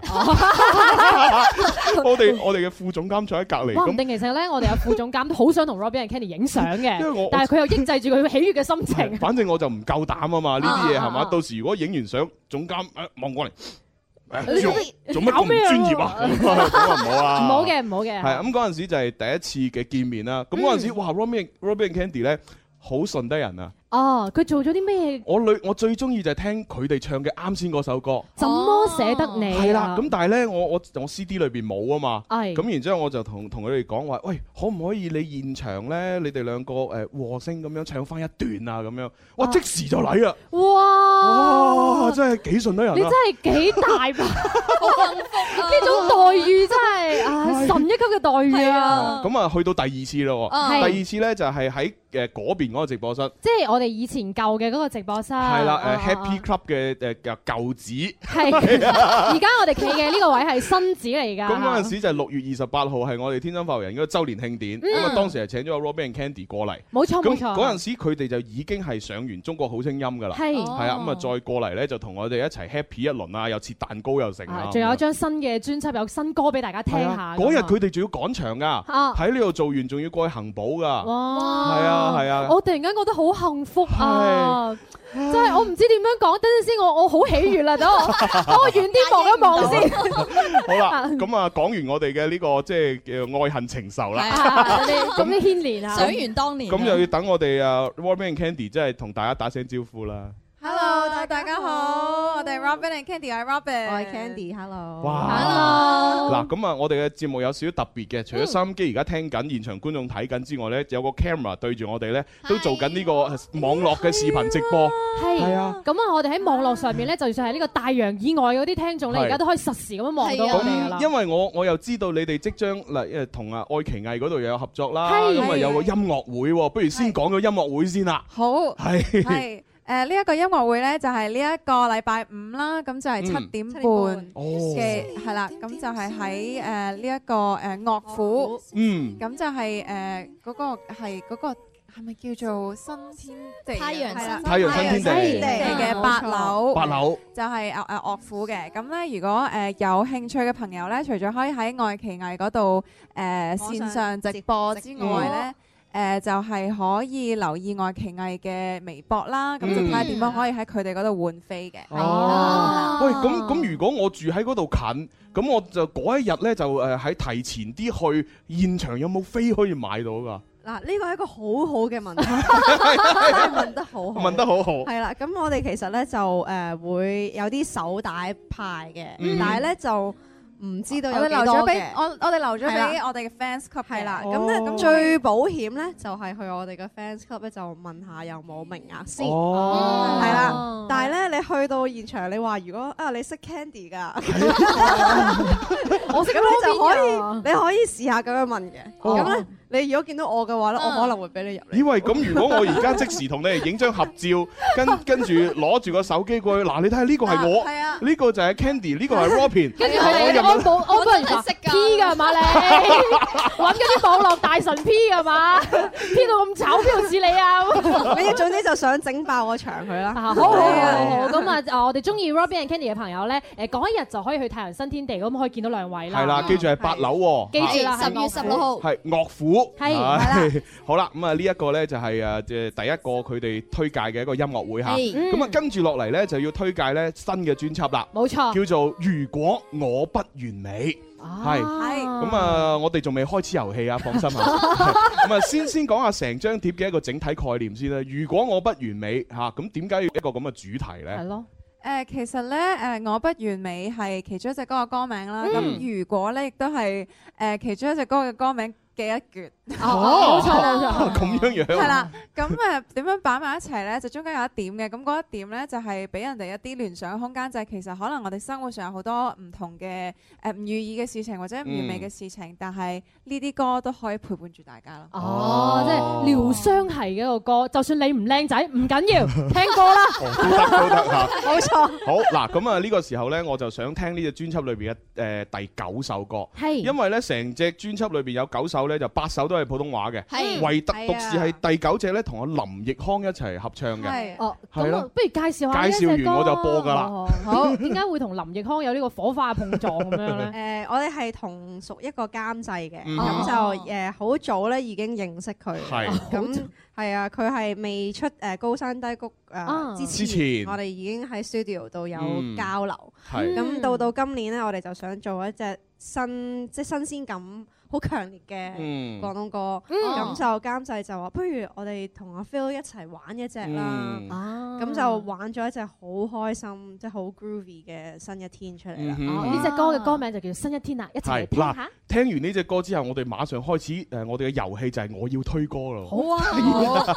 S2: 我哋我哋嘅副總監坐喺隔離，
S5: 哇，唔
S2: 咁
S5: 定其實咧，我哋有副總監都好想同 Robin and Kenny 影相
S2: 因為我啊
S5: 嘅，但係佢又抑制住佢喜悅嘅心情。
S2: 反正我就唔夠膽啊嘛，呢啲嘢係
S5: 啊啊
S2: 嘛？
S5: 啊
S2: 到時如果影完相，總監誒望 我嚟，
S5: 你
S2: 誒做做乜
S5: 搞
S2: 咁唔
S5: 咩啊
S2: 專 業啊？咁啊咁啊唔好啊！
S5: 唔好嘅，唔好嘅。
S2: 係咁嗰陣時就係第一次嘅見面啦。咁
S5: 嗯
S2: 嗰陣時，哇，Robin Robin Candy 咧好順得人啊！
S5: 哦，佢做咗啲咩？
S2: 我女我最中意就係聽佢哋唱嘅啱先嗰首歌。
S5: 怎麼捨得你啊？
S2: 係啦，咁但係咧，我我我 CD 裏邊冇啊嘛，
S5: 係
S2: 咁然之後我就同同佢哋講話，喂，可唔可以你現場咧，你哋兩個誒和聲咁樣唱翻一段啊，咁樣，
S5: 哦
S2: 哇，即時就嚟啊啦，
S5: 哇！
S2: 哇，真係幾順得人
S5: 你
S2: 啊
S5: 真！係幾大 吧？呢種待遇真 係啊，神一級嘅待遇啊！
S2: 咁啊，去到第二次咯
S5: 啊
S2: 喎，第二次咧就係喺誒嗰邊嗰個直播室，
S5: 即係我哋以前舊嘅嗰個直播室，
S2: 係啦，
S5: 啊
S2: 誒 Happy Club 嘅誒嘅舊址，
S5: 係 而家我哋企嘅呢個位係新址嚟㗎。
S2: 咁嗰陣時就係六月二十八號係我哋天生發育人嗰個周年慶典，
S5: 嗯
S2: 咁啊當時係請咗阿 Robin and Candy 過嚟，
S5: 冇錯冇
S2: 咁
S5: 錯
S2: 嗰陣時佢哋就已經係上完《中國好聲音》㗎啦，
S5: 係哦
S2: 係啊，咁啊再過嚟咧就同我哋一齊 happy 一輪啊，又切蛋糕又成
S5: 啊
S2: 啊，
S5: 仲有一張新嘅專輯，有新歌俾大家聽
S2: 係
S5: 下
S2: 啊
S5: 㗎嘛。
S2: 嗰日佢哋仲要趕場㗎，
S5: 啊
S2: 喺呢度做完仲要過去恒寶㗎，
S5: 哇！
S2: 係啊係啊，
S5: 我突然間覺得好幸福啊！真係我唔知點樣講，等陣先，我我好喜悅 啦，等我等我遠啲望一望 先。
S2: 好啦，咁啊講完我哋嘅呢個即係叫愛恨情仇啦。
S5: 啊 咁啲牽連啊，
S6: 想完當年啊。
S2: 咁又要等我哋啊 Robin and Candy 真係同大家打聲招呼啦。
S13: Hello，大家好，我哋 Robin and Candy，我係 Robin，我係 Candy，Hello。Hello
S2: 嗱咁啊，我哋嘅節目有少少特別嘅，除咗收音機而家聽緊、現場觀眾睇緊之外咧，有個 camera 對住我哋咧，都做緊呢個呃網絡嘅視頻直播。
S5: 係啊，咁啊，我哋喺網絡上面咧，就算係呢個大洋以外嗰啲聽眾咧，
S2: 係
S5: 而家都可以實時咁樣望到啊我哋噶啦
S2: 咁，。因為我我又知道你哋即將嗱，誒同啊愛奇藝嗰度又有合作啦，
S13: 係
S2: 咁啊有個音樂會喎，不如先講個音樂會先啦。
S13: 好，
S2: 係
S13: 係誒呢一個音樂會咧，就係呢一個禮拜五啦，咁就係七點半
S2: 哦
S13: 嘅係啦，咁就係喺誒呃呢一個誒樂府，
S2: 嗯
S13: 咁就係誒嗰個係嗰個係咪叫做新天地啊？
S6: 太陽
S13: 係啦
S6: 太陽
S5: 啊
S6: 新天地
S13: 太陽新天地嘅八樓，
S2: 八樓
S13: 就係呃誒誒樂府嘅。咁咧，如果誒有興趣嘅朋友咧，除咗可以喺愛奇藝嗰度誒線上直播之外咧。誒、就係可以留意愛奇藝嘅微博啦，咁就睇下點樣可以喺佢哋嗰度換飛嘅。
S2: 哦，喂，咁咁如果我住喺嗰度近，咁我就嗰一日咧就誒喺提前啲去現場有冇飛可以買到㗎？
S14: 嗱，呢個係一個好好嘅問 題，問得好好，
S2: 問得好好
S14: 係啦，咁我哋其實咧就誒、呃、會有啲手帶派嘅，
S13: 嗯
S14: 但係咧就唔知道
S13: 我
S14: 有
S13: 哋
S14: 幾
S13: 留
S14: 多
S13: 咗俾
S14: 嘅。
S13: 我我哋留咗
S14: 係
S13: 俾
S14: 啦
S13: 我哋嘅 fans club
S14: 係啦，
S13: 咁
S14: 咁咧
S13: 咧
S2: 哦
S13: 咁
S14: 咁最保險咧就係去我哋嘅 fans club 咧就問下有冇名額先，
S2: 哦
S14: 係啦。但係咧你去到現場，你話如果啊你識 Candy 㗎，
S5: 我
S14: 咁
S5: 識
S14: 你就可
S5: Robin
S14: 以
S5: 㗎
S14: 你可以試下咁樣問嘅。
S2: 哦
S14: 咁咧你如果見到我嘅話咧，我
S5: 啊
S14: 可能會俾你入。
S2: 咦喂，咁如果我而家即時同你哋影張合照，跟 跟住攞住個手機過去，嗱，你睇下呢個係
S14: 啊係啊
S2: 我，呢個就係 Candy，呢個係 Robin， 哦
S5: 跟住佢哋
S2: 有
S5: 安
S2: 冇
S5: 保安保人員 P 㗎係嘛你，揾嗰啲網絡大神 P 㗎係嘛，P 到咁醜邊度似你啊？
S14: 你 總之就想整爆個場佢 啦。
S5: 好好好好，咁啊，啊我哋中意 Robin and Candy 嘅朋友咧，誒嗰一日就可以去太陽新天地，咁可以見到兩位啦。
S2: 係啦，記住係八樓喎，
S5: 記住啦，
S2: 係
S5: 係樂府。
S2: 係樂府，
S5: 係
S2: 係好啦，咁啊呢一個呢就係誒即係第一個佢哋推介嘅一個音樂會嚇，
S5: 係嗯
S2: 咁啊跟住落嚟呢，就要推介呢新嘅專輯啦，
S5: 冇錯
S2: 叫做《如果我不完美》，係
S5: 係
S2: 咁啊，我哋仲未開始遊 戲啊，放心啊，咁啊先先講下成張碟嘅一個整體概念先啦。如果我不完美嚇，咁點解要一個咁嘅主題呢？
S5: 係咯。
S13: 誒、呃其實咧，誒、我不完美係其中一隻歌嘅歌名啦。咁、
S2: 嗯
S13: 呃如果咧，亦都係誒其中一隻歌嘅歌名嘅一橛。
S5: 哦冇錯冇
S14: 啊
S5: 錯
S2: 咁樣樣
S13: 係啦，咁誒點樣擺埋一齊咧？就中間有一點嘅，咁嗰一點咧就係俾人哋一啲聯想空間，就係其實可能我哋生活上有好多唔同嘅呃誒唔如意嘅事情或者唔完美嘅事情，但係呢啲歌都可以陪伴住大家咯。
S5: 哦，即係療傷係嘅一個歌，就算你唔靚仔唔緊要，聽歌啦。
S2: 哦都得都得嚇。
S5: 冇錯。
S2: 好嗱，咁啊呢個時候呢，我就想聽呢隻專輯裏邊嘅誒第九首歌，
S5: 係
S2: 因為呢成隻專輯裏邊有九首呢，就八首都係普通話嘅，
S6: 嗯
S5: 係
S2: 唯特獨是係第九隻呢，同阿林奕匡一齊合唱嘅。
S5: 哦，
S2: 係
S5: 咁
S2: 咯
S5: 啊，不如介紹下呢一隻
S2: 介紹完
S5: 歌
S2: 我就播㗎啦
S5: 哦好，點解會同林奕匡有呢個火花碰撞咁樣
S2: 啊
S5: 咧？
S14: 誒，呃我哋係同屬一個監製嘅，
S5: 嗯
S14: 咁
S5: 哦
S14: 就誒好早咧已經認識佢，
S2: 係
S14: 咁係啊，佢係未出誒高山低谷
S2: 啊
S5: 哦
S14: 誒之
S2: 之前
S14: 前，我哋已經喺 studio 度有
S2: 嗯
S14: 交流，
S2: 係
S5: 嗯
S14: 咁到到今年咧，我哋就想做一隻新即係新鮮感好強烈嘅
S2: 嗯
S14: 廣東歌，
S5: 嗯
S14: 咁就監製就話不如我哋同阿 Phil 一齊玩一隻啦
S2: 嗯，
S14: 咁就玩咗一隻好開心即係好 groovy 嘅新一天出嚟啦，
S2: 嗯
S6: 哦
S2: 哼
S5: 呢隻歌嘅歌名就叫《新一天》啦，一齊嚟
S2: 係
S5: 聽
S2: 嗱
S5: 下。，
S2: 聽完呢隻歌之後，我哋馬上開始誒，我哋嘅遊戲就係我要推歌咯。
S5: 好
S2: 啊！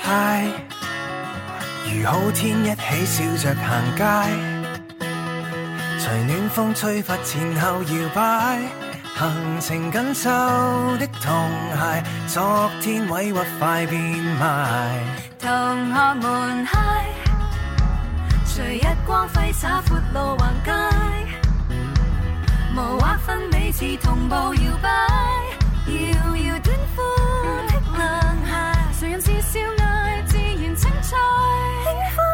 S3: 嗨，如好天一起笑着行街，隨暖風吹拂前後搖擺，行程緊湊的童鞋，昨天委屈快變賣。
S12: 同學們嗨，隨日光揮灑闊路橫街，無劃分彼此同步搖擺，搖搖短褲的涼鞋，誰人是少女，自然青翠輕快。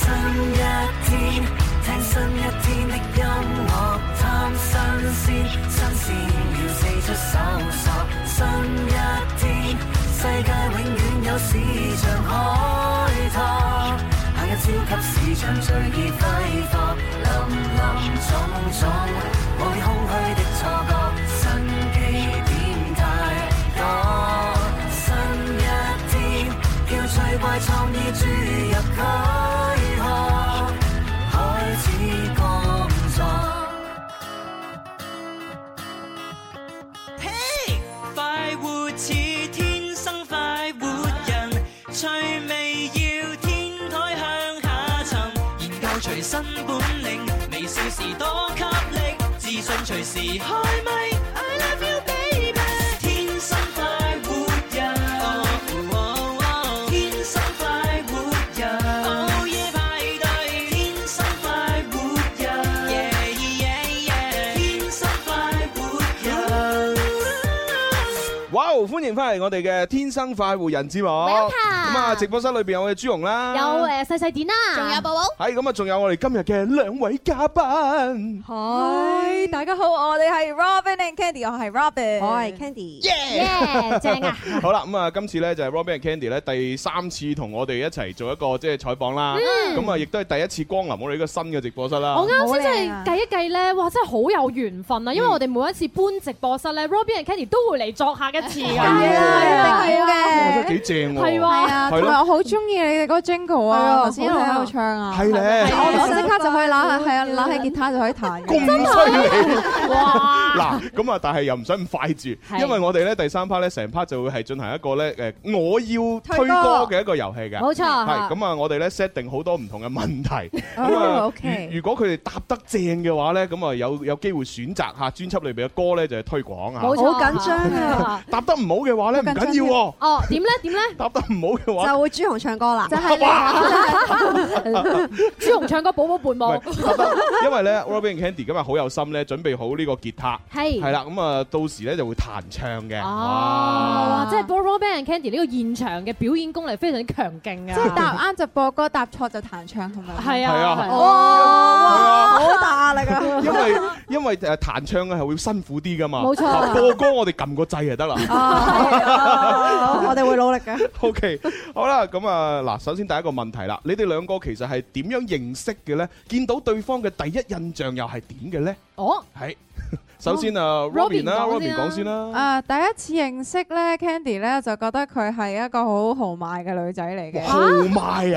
S12: 新一天，聽新一天的音樂，貪新鮮，新鮮要四出搜索。新一天，世界永遠有市場開拓。行入超級市場隨意揮霍，林林種種，無謂空虛的錯覺，新機點太多。新一天，叫最怪創意注入軀殼，開始工作。
S6: 快活似天生快活人，趣味要天台向下沉，研究隨身本領，微笑時多給力，自信隨時開咪。I love you baby，天生快活人，哦哦天生快活人，午夜派對，天生快活人，yeah yeah yeah，天生快活人。
S2: 哇！歡迎翻嚟我哋嘅《天生快活人》節目。咁啊，直播室裏邊有我哋朱紅啦，
S5: 有
S6: 啊呃
S5: 誒細細點啦，仲有寶寶。
S2: 係咁啊，仲有我哋今日嘅兩位嘉賓。
S13: 係，大家好，我哋係 Robin and Candy，我係
S2: 嗯
S13: Robin，
S14: 我係 Candy，
S13: 耶，正啊！
S2: 好啦，咁啊，今次咧就係 Robin and Candy 咧第三次同我哋一齊做一個即係採訪啦。
S5: 嗯
S2: 咁啊，亦都係第一次光臨我哋呢個新嘅直播室啦。
S5: 我啱先真係計一計咧，哇！真係好有緣分
S2: 嗯
S5: 啊，因為我哋每一次搬直播室咧，Robin and Kenny 都會嚟作客一次㗎。
S2: 係啊
S13: 係啊
S2: 哇真係幾正喎。
S13: 係啊，
S2: 係
S13: 同埋我
S2: 咯。
S13: 好中意你哋嗰個 jingle
S2: 係啊
S13: 啊，頭先一路喺
S2: 好
S13: 度唱啊，
S2: 係咧
S13: 係啊我我即刻就可以揦，係啊，揦起吉他就可以彈嘅，
S2: 咁
S13: 犀利，哇！
S2: 嗱，咁啊，但係又唔使咁快住，
S13: 係
S2: 因為我哋咧第三 part 咧成 part 就會係進行一個咧誒，我要推
S13: 推
S2: 歌
S13: 歌
S2: 嘅一個遊戲嘅。
S13: 冇錯
S2: 係咁啊，我哋咧 set 定好多唔同嘅問題。咁
S13: 哦
S2: 啊，
S13: ，OK
S2: 如如果佢哋答得正嘅話咧，咁啊有有機會選擇下專輯裏邊嘅歌咧就係推廣啊。
S5: 冇錯好緊張啊！
S2: 答得唔好嘅話咧唔緊要喎。
S5: 哦，點咧？點咧？
S2: 答得唔好嘅話啊
S14: 就。會朱紅唱歌啦，
S5: 就係你朱紅唱歌，寶寶伴
S2: 唔
S5: 舞。
S2: 係答得因為咧，Robin and Candy 今日好有心咧，準備好呢個吉他，
S5: 係
S2: 係啦，咁啊，到時咧就會彈唱嘅。
S5: 啊哇！
S2: 哇
S5: 即係 Bob Band and Candy 呢個現場嘅表演功力非常之強勁啊！
S13: 即係答啱就播歌，答錯就彈唱，係咪？
S5: 係哦
S2: 啊係啊係
S13: 哇，
S14: 好大力啊！
S2: 因為因為誒彈唱係會辛苦啲噶嘛，
S14: 冇錯
S2: 啊播歌我哋撳個掣就得啦。
S14: 我哋會努力嘅。
S2: O K，好啦，咁啊嗱，首先第一個問題啦，你哋兩個其實係點樣認識嘅咧？見到對方嘅第一印象又係點嘅咧？
S5: 哦，
S2: 係首先啊，Robin 啦，Robin 講先啦。
S13: 啊，第一次認識咧，Candy 咧就覺得佢係一個好豪邁嘅女仔嚟嘅。
S2: 豪 邁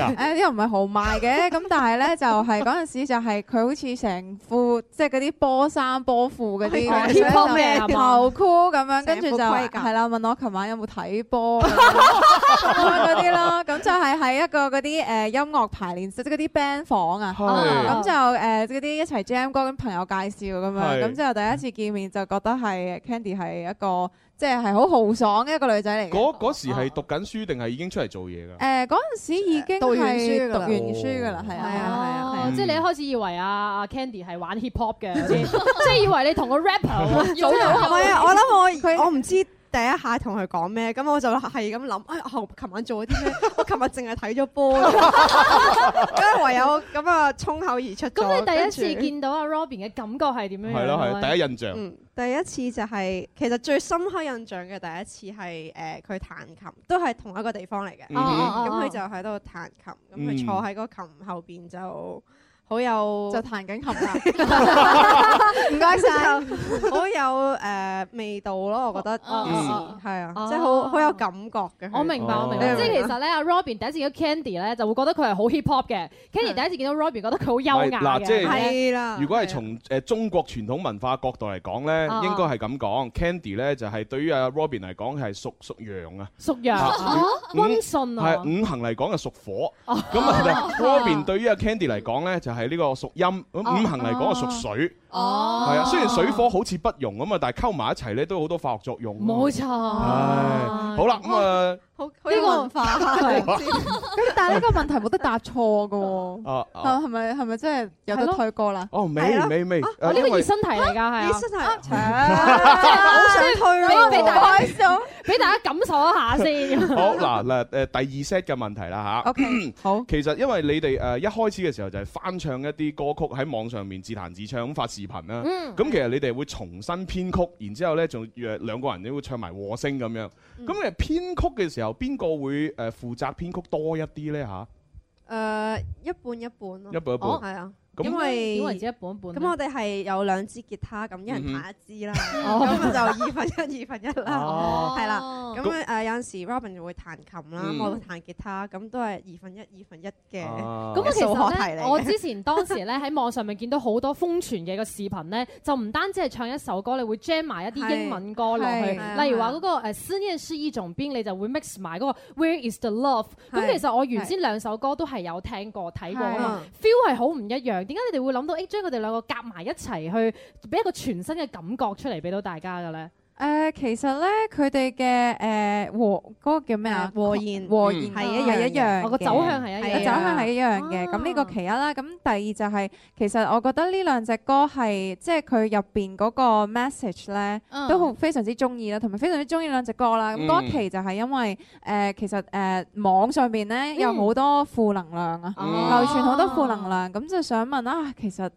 S2: 啊
S13: 誒哎又唔係豪邁嘅，咁但係咧就係嗰陣時就係佢好似成副即係嗰啲波衫波 褲嗰
S15: 係啊
S13: 啲
S15: 波咩啊嘛
S13: 頭箍咁樣，跟住
S15: 成
S13: 就
S15: 副盔甲
S13: 係啦，問我琴晚有冇睇波咁 樣嗰啲啦，咁就係喺一個嗰啲誒音樂排練室，即係嗰啲 band 房啊，
S15: 係
S13: 咁就誒嗰啲一齊 jam 歌咁朋友介紹咁樣，
S15: 係
S13: 咁之後第一次見面就覺得係 Candy 係一個即係係好豪爽嘅一個女仔嚟嘅。
S2: 嗰嗰時係讀緊書定係已經出嚟做嘢㗎？
S13: 誒嗰陣時已經
S5: 讀完書㗎
S13: 係
S5: 啦
S13: 讀完書噶啦，係啊係啊係
S5: 哦
S13: 啊，
S5: 即係你一開始以為啊啊 Candy 係玩 hip hop 嘅，即係以為你同個 rapper 組組
S14: 唔
S5: 合。
S14: 係啊！我諗我我唔知第一下同佢講咩，咁我就係咁諗，哎，我琴晚做咗啲咩？ 我琴日淨係睇咗波， 咁唯有咁啊衝口而出咗。
S5: 咁你第一
S14: 跟
S5: 次
S14: 住
S5: 見到阿 Robin 嘅感覺係點樣樣
S2: 係咯係第一印象
S14: 嗯，第一次就係、其實最深刻印象嘅第一次係誒佢彈琴，都係同一個地方嚟嘅。咁
S2: 嗯
S5: 哦
S2: 哼
S14: 佢就喺度彈琴，咁
S2: 嗯
S14: 佢坐喺個琴後邊就好有
S13: 就彈緊琴啦。
S14: 唔該 晒，好有誒味道咯，我覺得
S5: 哦哦
S14: 係啊，
S5: 哦
S14: 即係好好有感覺嘅。
S5: 我明白，我明白，即係其實咧，阿 Robin 第一次見到 Candy 咧，就會覺得佢係好 hip hop 嘅。Candy 第一次見到 Robin，覺得佢好優
S2: 係
S5: 雅
S2: 嗱，即
S5: 嘅。
S2: 係如果係從誒中國傳統文化角度嚟講咧
S5: 啊，
S2: 應該係咁講。Candy 咧就係對於阿 Robin 嚟講係屬屬羊啊，
S5: 屬羊
S2: 啊五
S5: 温順啊
S2: 係，五行嚟講係屬火。
S5: 哦
S2: 咁啊，Robin 對於阿 Candy 嚟講咧就係呢個屬陰，咁五行嚟講係屬水。
S5: 哦
S2: 係啊，雖然水火好似不容咁啊，但係溝埋一齊咧都好多化學作用。
S5: 冇錯。
S2: 唉，好啦，咁啊。
S14: 好呢
S13: 個文 化
S2: 係
S14: 啊
S13: 咁但係呢個問題冇得答錯 嘅喎。
S2: 啊啊
S13: 係係咪係咪真係有得退過啦？
S2: 哦，未未未，
S13: 我
S5: 哦
S2: 誒因為
S5: 題嚟㗎，係啊
S13: 熱身題，
S5: 俾俾大家
S13: 啊開
S5: 俾大家感受一下先。
S2: 好嗱嗱誒第二 set 嘅問題啦吓
S14: 嗯
S13: OK，好。
S2: 其實因為你哋誒一開始嘅時候就係翻唱一啲歌曲喺網上面自彈自唱咁發視頻啦。
S5: 嗯
S2: 咁其實你哋會重新編曲，然之後咧仲誒兩個人咧會唱埋和聲咁樣。咁誒編曲嘅時候，邊個會誒負責編曲多一啲咧吓？
S14: 誒一半一半咯，
S2: 一半一半
S14: 係啊。
S2: 咁
S14: 因為
S2: 點為
S5: 之一半一半咧
S14: 咁我哋係有兩支吉他，咁一人彈一支啦，
S5: 嗯哼
S14: 咁就二分一、二分一啦
S5: 哦，
S14: 係啦。咁
S5: 咁
S14: 誒有陣時 Robin 就會彈琴啦，
S5: 嗯
S14: 我會彈吉他，咁都係二分一、二分一嘅
S2: 啊
S5: 咁啊，其
S14: 數學題
S5: 實
S14: 嚟
S5: 咧，
S14: 嘅
S5: 我之前當時咧喺網上面見到好多瘋傳嘅個視頻咧，就唔單止係唱一首歌，你會 jam 埋一啲英文歌落去，
S15: 係係啊
S5: 例如話嗰個誒思念是一種邊，你就會 mix 埋嗰個 Where is the love。咁
S15: 係
S5: 其實我原先兩首歌都係啊有聽過睇過㗎嘛
S15: 係
S5: ，feel 係好唔一樣。點解你哋會諗到誒將佢哋兩個夾埋一齊去俾一個全新嘅感覺出嚟俾到大家嘅咧？
S13: 誒、其實咧，佢哋嘅誒和嗰、個叫咩啊？
S14: 和弦
S13: 和弦啊
S14: 係一樣嘅
S13: 一樣嘅
S5: 哦嗯個走向係一樣哦
S13: 個走向係一啊樣嘅。咁呢個其一啦。咁第二就係、其實我覺得呢兩隻歌係即係佢入邊嗰個 message 咧，
S15: 嗯
S13: 都好非常之中意啦，同埋非常之中意兩隻歌啦。咁嗰、
S15: 嗯
S13: 期就係因為誒、其實誒、網上邊
S5: 嗯
S13: 咧有好多負能量啊，
S14: 哦
S15: 嗯
S5: 哦
S13: 流傳好多負能量，咁就想問啊，其實。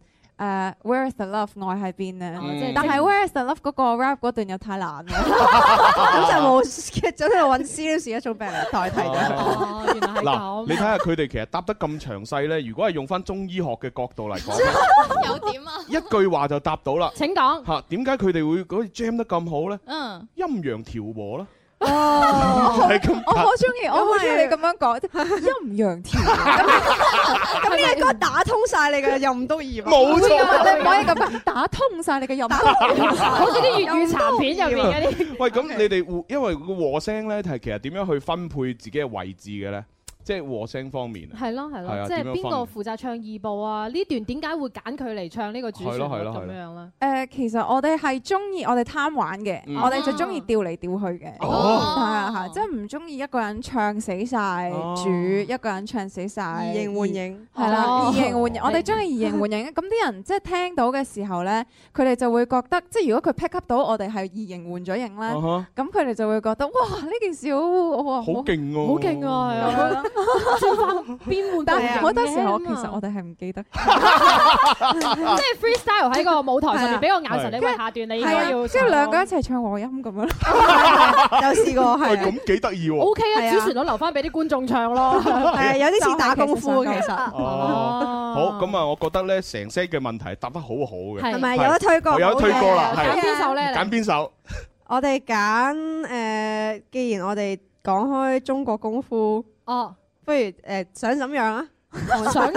S13: 誒、w h e r e is the love？愛喺邊啊？
S15: 哦即係
S13: 但係 Where is the love 嗰個 rap 嗰段又太難 啦。
S14: 咁就冇，真係揾 serious 一種病嚟代替
S5: 哦啊
S14: 咗。
S2: 嗱，你睇下佢哋其實答得咁詳細咧，如果係用翻中醫學嘅角度嚟講，
S15: 有點啊？
S2: 一句話就答到啦。
S5: 請講
S2: 嚇，點解佢哋會嗰 jam 得咁好咧？
S15: 嗯，
S2: 陰陽調和啦。
S13: 哦
S2: 唔 係咁
S13: 我好中意，我好中意
S14: 因
S13: 你
S14: 為
S13: 咁樣講，陰陽 調。
S14: 咁呢個歌打通晒你嘅任督二 脈，
S13: 冇錯你唔可以咁樣打通晒你嘅任督二脈，
S5: 好似啲粵語殘片入面 嗰啲。
S2: 喂，咁你哋互因為個和聲咧，係其實點樣去分配自己嘅位置嘅咧？即係和聲方面啊。
S5: 係咯係
S2: 係
S5: 咯，
S2: 啊
S5: 即係
S2: 點樣分
S5: 邊個負責唱二部啊？呢段點解會揀佢嚟唱呢個主旋律
S2: 係咯係咯係
S5: 咁
S2: 咯
S5: 樣咧？
S13: 誒，其實我哋係中意，我哋貪玩嘅，
S2: 嗯
S13: 我哋就中意調嚟調去嘅，
S2: 哦
S13: 係啊係啊， 即係唔中意一個人唱死晒
S15: 哦
S13: 主，一個人唱死晒
S14: 以形換影
S13: 係啦
S14: 哦，
S13: 以形 換影，我哋中意以形換影。咁啲人即係聽到嘅時候咧，佢哋就會覺得，即係如果佢 pick up 到我哋係以形換咗形咧，
S2: 啊哈
S13: 咁佢哋就會覺得，哇！呢件事好哇
S2: 好勁喎！
S13: 好勁
S5: 啊
S13: 係啊
S5: 邊換
S13: 但
S2: 啊
S13: 係好多時候，
S5: 其
S13: 其
S14: 啊
S13: 實我哋係唔記得。
S5: 即係 freestyle 喺個舞台上面俾個眼神 你，喂下段你應
S13: 係
S5: 該
S13: 啊
S5: 要，
S13: 即係兩個一齊唱和音咁樣。
S14: 有試過
S2: 喂
S14: 係啊。
S2: 咁幾得意喎。
S5: O K
S14: 係
S5: 啊，
S14: 啊
S5: 主旋律留翻俾啲觀眾唱咯。
S14: 係啊有啲似打功夫
S5: 就係
S14: 其實
S5: 哦
S2: 好，咁啊，我覺得咧成 set 嘅問題答得好好嘅，
S14: 係係咪有得推過
S2: 我有得推 歌啦，
S14: 好嘅
S2: 係
S14: 揀邊首咧你
S2: 揀邊首？
S14: 我哋揀誒，既然我哋講開中國功夫，
S5: 哦，
S14: 不如誒、呃想怎樣啊？
S5: 想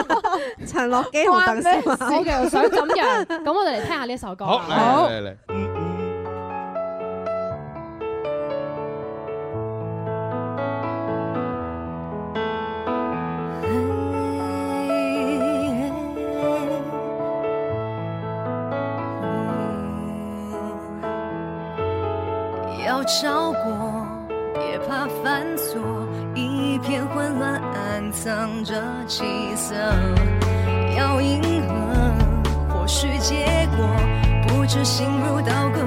S14: 陳樂基同鄧小
S5: 關咩事 OK，我想怎樣咁我哋嚟聽下呢一首歌啊
S2: 好，
S5: 好
S2: 嚟嚟嚟。
S12: 要超过，别怕犯错，一片混乱暗藏着气色。要迎合，或许结果不知心如刀割。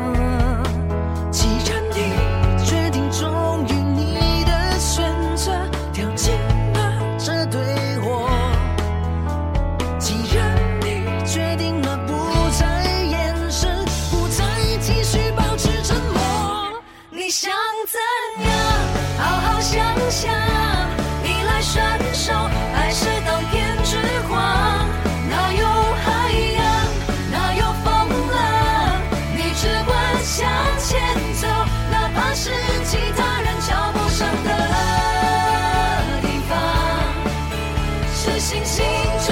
S12: 既然你决定忠于你的选择，跳进了这对我。既然你决定了不再掩饰，不再继续保持沉默。你想怎样？好好想想，逆来顺受还是当天之狂？哪有海洋，哪有风浪？你只管向前走，哪怕是其他人瞧不上的地方。是星星中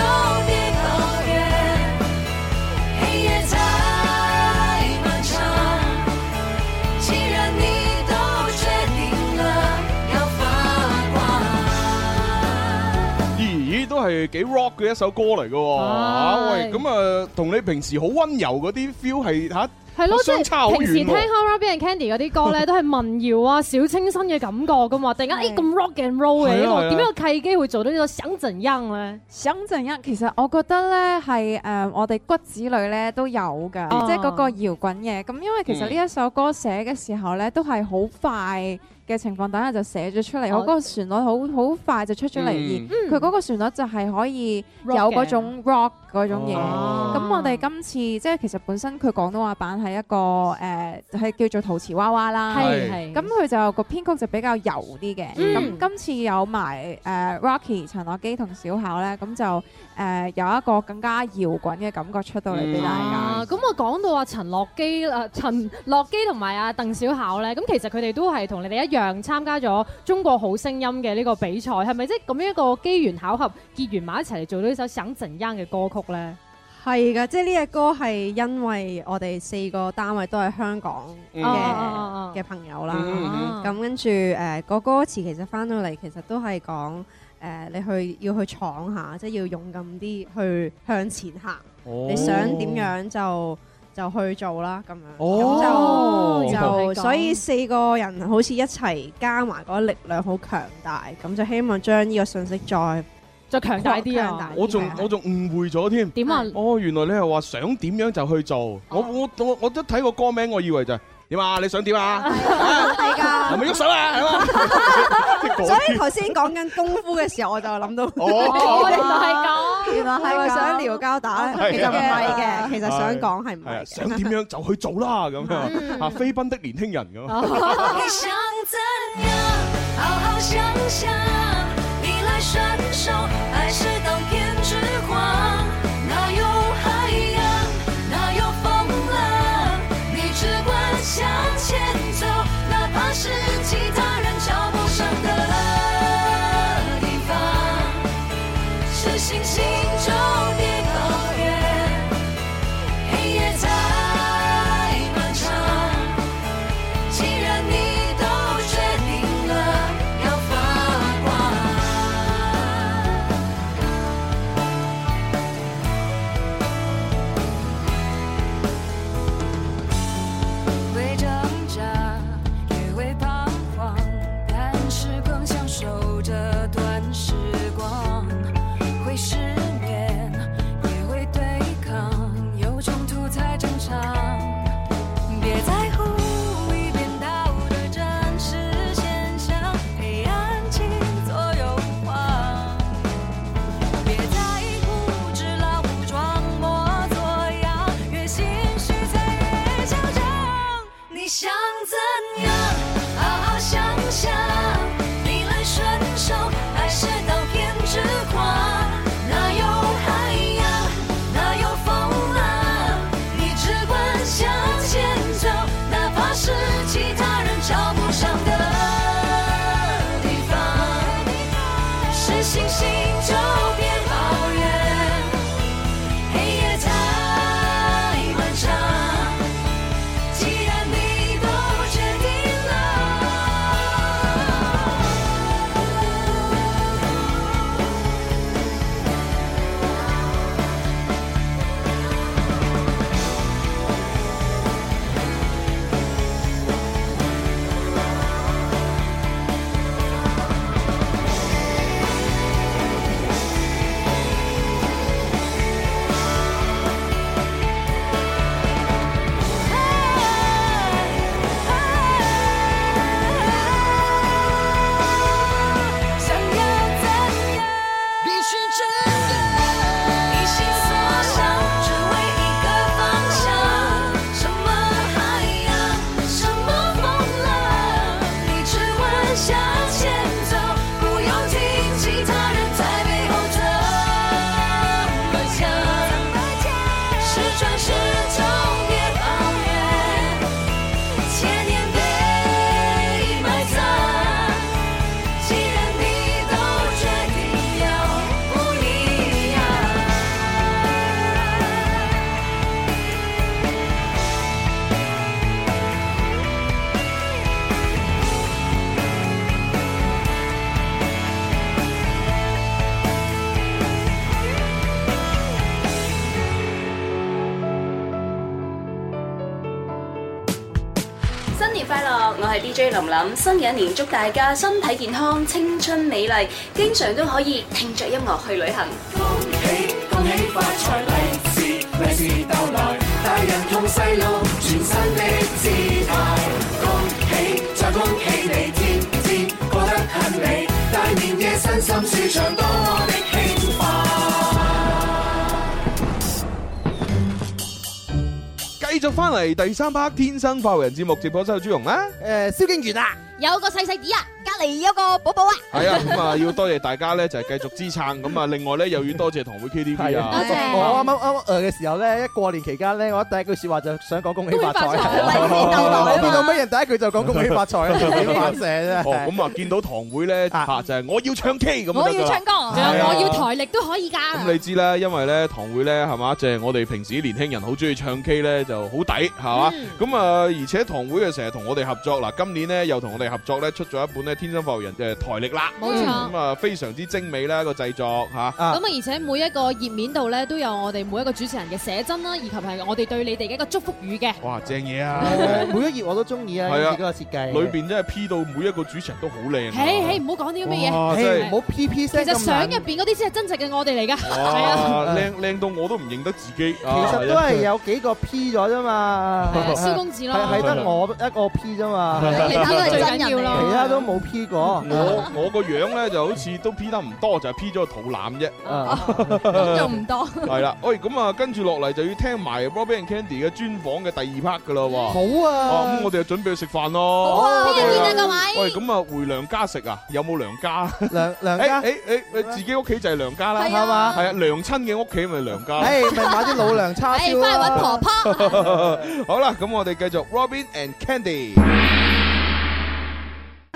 S12: 的抱怨，黑夜太漫长。既然你都决定了要发光，
S2: 咦，都係幾 rock 嘅一首歌嚟嘅喎，啊喂，咁啊，同你平時好温柔嗰啲 feel 係嚇，
S5: 係咯，即
S2: 相差好
S5: 係平時
S2: 遠
S5: 聽開
S2: 喎。
S5: Ruby and Candy 嗰啲歌咧，都係民謠啊、小清新嘅感覺噶嘛。突
S13: 嗯
S5: 然間，誒咁 rock and roll 嘅
S13: 係啊
S5: 呢
S13: 係
S5: 個，
S13: 啊
S5: 點樣個契機會做到呢個想怎樣咧？
S13: 想陣一，其實我覺得咧係誒，我哋骨子裏咧都有㗎，
S5: 哦嗯
S13: 即係嗰個搖滾嘢。咁因為其實呢一首歌寫嘅時候咧，都係好快嘅情況底下就寫咗出嚟，
S5: 哦
S13: 我嗰個旋律好好快就出咗嚟，
S5: 嗯
S13: 而佢嗰個旋律就係可以有
S5: Rock 嘅
S13: 嗰種 rock 嗰種嘢。
S5: 哦
S13: 咁我哋今次即係其實本身佢廣東話版係一個誒係叫做陶瓷娃娃啦，
S5: 係係
S13: 咁佢就個編曲就比較柔啲嘅。
S5: 嗯
S13: 咁今次有埋誒、呃 Rocky、陳樂基同小巧咧，咁就誒、呃有一個更加搖滾嘅感覺出到嚟
S5: Ờ,
S13: 俾大家。
S5: 啊，咁我講到啊陳樂基啊陳樂基同埋啊鄧小巧咧，咁其實佢哋都係同你哋一樣參加咗中國好聲音嘅呢個比賽，係咪即係咁樣一個機緣巧合結緣埋一齊嚟做到呢首想怎樣嘅歌曲咧？
S14: 係噶，即係呢只歌係因為我哋四個單位都係香港
S5: 嗯哦
S14: 嘅嘅朋友啦
S5: 嗯嗯，
S14: 咁跟住誒個歌詞其實翻到嚟其實都係講誒你去要去闖下，即係要勇敢啲去向前行，
S2: 哦
S14: 你想點樣就。就去做啦，咁樣
S2: 哦
S14: 咁
S2: 原
S14: 就
S2: 來係咁
S14: 就所以四個人好似一齊加埋嗰個力量好強大，咁就希望將呢個信息再
S5: 再強大啲啊
S2: 我仲我仲誤會咗添。
S5: 點啊
S2: 哦，原來你係話想點樣就去
S14: 哦
S2: 做。我我我我一睇個歌名，我以為就係點啊？你想點啊？
S14: 係㗎
S2: 係咪喐手啊？係 嘛？
S14: 所以頭先講緊功夫嘅時候，我就 諗到，
S2: 哦
S5: 原來
S14: 原來係咪想撩交打咧？其實唔係嘅，其實想講係唔
S2: 係啊
S14: 係
S2: 想點樣就去做啦咁
S14: 嗯哦
S2: 樣啊！飛奔的年輕人咁。
S12: 你想怎样？好好想想，逆来顺受还是当天之狂？哪有海洋，哪有风浪？你只管向前走，哪怕是其他人瞧不上的地方，是星星中的抱怨，黑夜太漫长。既然你都决定了要发光，会挣扎，也会彷徨，但是更享受这段时光。会失眠，也会对抗，有冲突才正常。别在乎一边倒的真实现象，黑暗请左右晃。别在乎只老不装模作样，越心虚才越嚣张。你想怎样？好好想想，逆来顺受还是
S16: DJ 林林，新嘅一年祝大家身體健康、青春美麗，經常都可以聽着音樂去旅行。
S3: 恭喜發財，利是利是到來，大人同細路全新的姿態。恭喜再恭喜你，天天過得很美，大年夜身心舒暢，多麼的興奮。
S2: 繼續翻嚟第三 part《天生快活人》節目直播室有朱啊容啦。
S4: 誒，蕭敬元啊，
S8: 有個細細啲啊，隔離有個寶寶啊，
S2: 系啊，咁啊要多謝大家咧，就係繼續支撐，咁啊另外咧又要多謝堂會 KTV 啊，
S4: 我啱啱啱啱誒嘅時候咧，一過年期間咧，我第一句説話就想講恭喜發財， 我見到咩人第一句就講恭喜 發財，反射啫。
S2: 哦，咁啊見到堂會咧
S14: 啊
S2: 嚇就係我要唱 K 咁就得㗎啦，
S5: 我要唱歌，仲有我要
S2: 係啊
S5: 台力都可以㗎。
S2: 咁你知啦，因為咧堂會咧係嘛，即係我哋平時年輕人好中意唱 K 咧，就好抵係嘛。
S5: 嗯
S2: 咁啊，而且堂會嘅成日同我哋合作嗱，今年咧又同我哋合作咧出咗一本咧《天生快活人》嘅台歷啦，
S5: 冇錯
S2: 咁啊非常之精美啦個製作嚇。
S5: 咁啊，而且每一個頁面度咧都有我哋每一個主持人嘅寫真啦，以及係我哋對你哋嘅一個祝福語嘅。
S2: 哇，正 嘢啊！
S4: 每一頁我都中意啊，
S2: 係啊
S4: 嗰個設計
S2: 裏邊真係 P 到每一個主持人都好靚啊。
S5: 嘿嘿，唔好講啲咁嘅
S2: 哇真啊係啊
S5: 嘢，
S2: 唔好
S4: P P
S5: 其實相入邊嗰啲先係真實嘅我哋嚟㗎，係啊。
S2: 哇，靚靚到我都唔認得自己。啊其
S4: 其實都啊係有幾個 P 咗啫 嘛，
S2: 係啊蕭公子咯
S4: 係係得我一個 P 啫嘛，
S2: 其他都係真人嚟嘅
S4: 其他都冇 P 過。
S2: 我我個樣咧就好似都 P 得唔多，就係 P 咗個肚腩啫。
S4: 啊
S8: 仲唔多？
S2: 係啊啦，喂，咁啊，跟住落嚟就要聽埋 Robin and Candy 嘅專訪嘅第二 part 噶啦喎。
S4: 好啊
S2: 哦咁我哋就準備去食飯咯。
S6: 哦
S4: 好啊聽日見
S8: 啊
S2: 各位。喂，咁啊，回娘家食啊？有冇娘家？
S4: 娘娘
S2: 家？誒誒誒，自己屋企就係娘家啦，
S4: 係啊係嘛
S2: 係啊，娘親嘅屋企咪娘家。
S4: 誒，咪買啲老娘叉燒
S8: 返去
S4: 啦
S8: 搵婆婆。
S2: 好啦，咁我哋繼續 Robin and Candy。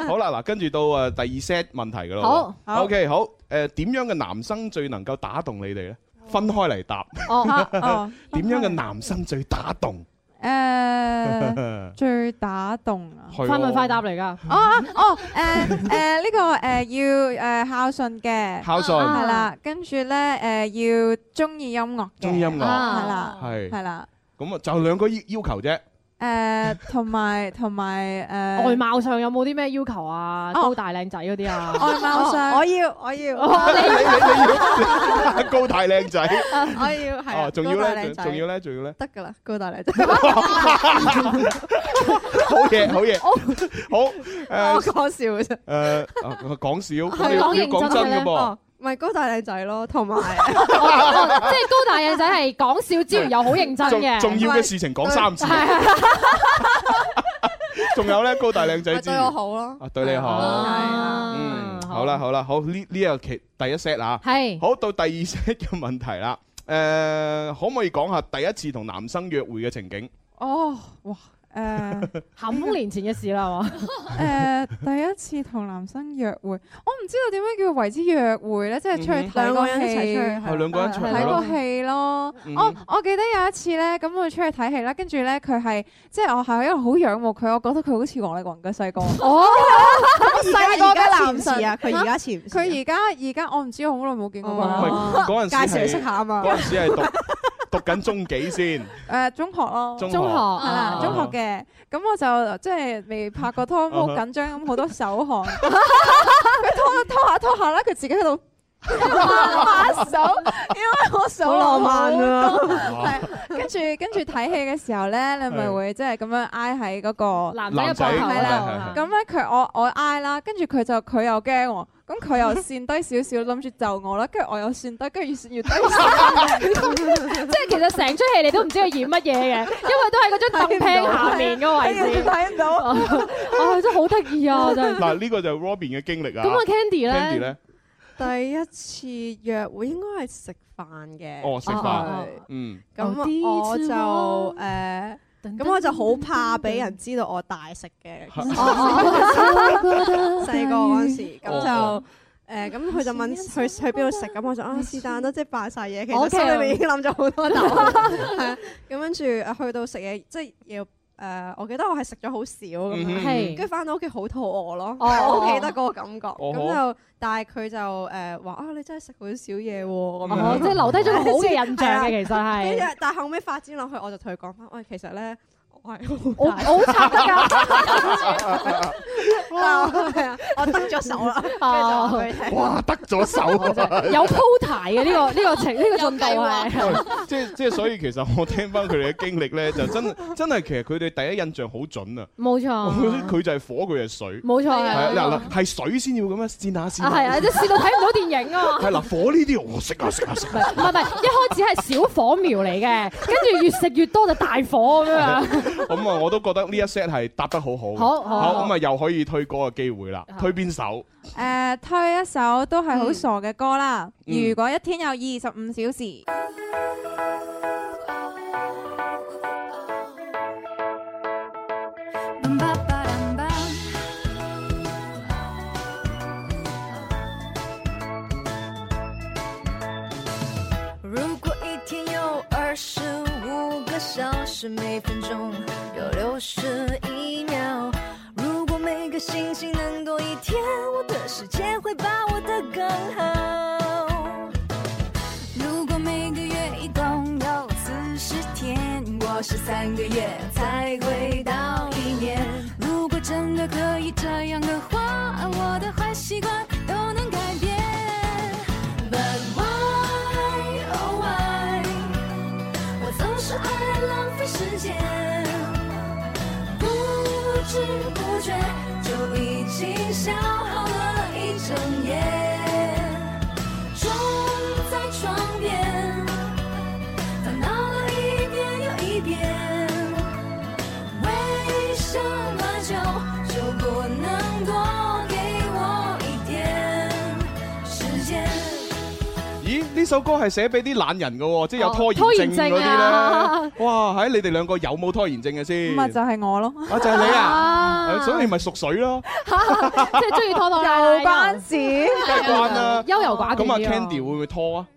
S2: 好
S4: 啊
S2: 啦，嗱，跟住到誒第二 set 問題噶啦。
S15: 好好
S2: OK，好。誒，點樣嘅男生最能夠打動你哋咧？分開嚟答。
S13: 哦 哦
S2: 點樣嘅男生最打動？
S4: 嗯
S13: 誒，最打動啊！
S2: 係快問快
S13: 答嚟㗎。哦啊哦誒誒呢個誒要誒孝順嘅，
S2: 孝順
S14: 啊
S13: 係啦。跟住咧誒要中意音樂嘅，
S2: 中意音樂
S13: 係
S14: 啊
S13: 啦，
S2: 係
S13: 係啦。
S2: 咁啊，就兩個要要求啫。
S13: 誒同埋同埋誒呃
S15: 外貌上有冇啲咩要求啊？高大靚仔嗰啲啊？
S13: 外貌上，
S14: 哦我要我 要，
S2: 哦 高大靚仔。
S14: 我要係啊
S2: 哦，仲要
S14: 高大靚
S2: 咧，
S14: 仔
S2: 仲要咧，仲要咧。
S14: 得㗎啦，高大靚仔。
S2: 好嘢，好嘢。
S14: 哦
S2: 好
S14: 我
S2: 誒
S14: 講笑嘅啫。
S2: 誒，啊講笑，咁你要你要講真嘅噃
S14: 哦。咪高大靚仔咯，同埋
S15: 哦即係高大靚仔係講笑之餘又好認真 嘅
S2: 重重要嘅事情講三次。 仲有咧，高大靚仔之餘
S14: 對我好哦咯。
S2: 啊，對你
S15: 哦
S2: 好。嗯，好啦，好啦，好呢呢個其第一 set 啊，
S15: 係
S2: 好到第二 set 嘅問題啦。誒、可唔可以講下第一次同男生約會嘅情景？
S13: 哦，哇！ 誒
S15: 咸豐年前嘅事啦，係嘛？
S13: 誒呃第一次同男生約會，我唔知道點樣叫為之約會咧，即係出去睇
S14: 兩
S13: 個
S14: 個
S13: 戲，
S14: 人一齊出去係
S13: 啊
S2: 嗯係兩個人出去
S13: 睇
S2: 咯
S13: 個戲咯。
S2: 嗯
S13: 我哦我記得有一次咧，咁我出去睇戲啦，跟住咧佢係即係我係因為好仰慕佢，我覺得佢好似王力宏嘅細個。
S14: 哦
S13: 細個嘅男神
S14: 而家佢而家似唔似啊哦
S13: 佢而家而家我唔知，我好耐冇見過佢
S2: 喂，
S13: 啦。
S2: 嗰陣時
S13: 介紹
S2: 係
S13: 你識下啊嘛
S2: 嗰陣時係讀 讀緊中幾先？
S13: 誒中學咯，
S2: 中學中學
S13: 係啦
S2: 啊，
S13: 中學嘅，咁我就即係未拍過拖，咁
S14: 哦
S13: 好緊張，咁好多手汗， 佢拖拖下拖下啦，佢自己喺度。把手，因為我手
S14: 好浪漫啊
S13: 好多係跟住跟住睇戲嘅時候咧，你咪會即係咁樣挨喺嗰個
S15: 男
S13: 仔
S15: 仔嘅膊頭啊
S13: 係啦
S2: 啊
S15: 男。仔
S13: 咁咧佢我我挨啦，跟住佢就佢又驚喎，咁佢 又跣低少少，諗住就我啦，跟住我又跣低，跟住越跣越低。
S15: 即係其實成出戲你都唔知佢演乜嘢嘅，因為都喺嗰張凳廳下面嘅位置
S13: 睇唔到。
S15: 啊，真係好得意啊！真係。
S2: 嗱，呢個就係 Robin 嘅經歷啊。
S15: 咁啊，Candy 咧
S2: Candy
S5: 哦
S2: 咧，
S14: 第一次約會應該係食飯嘅。
S2: 哦，食
S14: 係
S2: 飯，嗯，
S13: 哦
S14: 咁我就誒，咁我就好怕俾人知道我大食 嘅。
S5: 哦
S6: 哦
S14: 細個嗰陣時，咁
S6: 哦
S14: 就。誒咁佢就問去去邊度食，咁我就啊是但啦，即係扮晒嘢，其實
S6: OK
S14: 心裏面已經諗咗好多答案，係啊，咁跟住誒去到食嘢，即係要誒，我記得我係食咗好少咁
S5: 哦
S6: 嗯哼
S14: 樣，
S6: 係
S2: 啊
S14: 跟住翻到屋企好肚餓咯，我
S6: 哦
S14: 好記得嗰個感覺，
S6: 哦
S14: 咁就但係佢就誒話啊你真係食好少嘢喎，咁
S2: 嗯
S15: 哦
S14: 樣
S15: 即係留低咗個好嘅印象嘅
S14: 係啊
S15: 其實係
S14: 跟住但係後尾發展落去，我就同佢講翻，喂其實咧。我係
S5: 我 我好
S14: 慘
S5: 慘啊得
S14: 㗎
S5: 㗎，
S14: 係啊，我得咗手 啦，跟住就話俾佢聽。
S2: 哦哇，得咗手 啊！
S5: 哦有鋪題嘅呢個呢個程呢個進度啊係。
S2: 即係即係，所以其實我聽翻佢哋嘅經歷咧，就真真係其實佢哋第一印象好準啊！
S5: 冇錯
S2: 佢就係火，佢就係水，
S5: 冇錯
S2: 係
S5: 哦係啊
S2: 啊嗱嗱，係水先要咁樣煎下先。
S5: 啊，係啊，即係試到睇唔到電影啊嘛
S2: 係。嗱，火呢啲我食 啊食啊食
S5: 唔係唔係唔係，一開始係小火苗嚟嘅，跟住越食越多就大火咁樣啊。
S2: 咁啊，我都覺得呢一 set 係答得好好嘅。
S5: 好好
S2: 咁啊，又可以推歌嘅機會啦。
S13: 啊
S2: 推邊首？
S13: 誒，推一首都係好傻嘅歌啦。
S2: 嗯
S13: 如果一天有二十五小時，
S17: 如果一天有二十五个小时，每分钟有六十一秒。如果每个星星能多一天，我的世界会把握得更好。
S12: 如果每个月一共有四十天，我是三个月才会到一年。如果真的可以这样的话，我的坏习惯都能改变。But why, oh why，我总是爱浪费时间，不知不觉就已经消耗了一整夜。撞在窗边，烦恼了一遍又一遍，为什么就就不能多给我一点时间？
S2: 咦，呢首歌係寫俾啲懶人嘅喎，即係有拖
S13: 哦拖
S2: 延
S13: 延
S2: 症嗰啲
S13: 症啊
S2: 咧。 哇，喺你哋兩個有冇拖延症嘅先？
S13: 咁啊就係我咯。
S2: 啊，就係你啊，
S13: 啊
S2: 所以咪屬水咯，
S5: 即係中意拖拖拉拉
S13: 又關 事，
S2: 梗係關啦，
S5: 啊優柔寡斷
S2: 咁啊
S5: 啲啊
S2: ，Candy 會唔會拖 啊？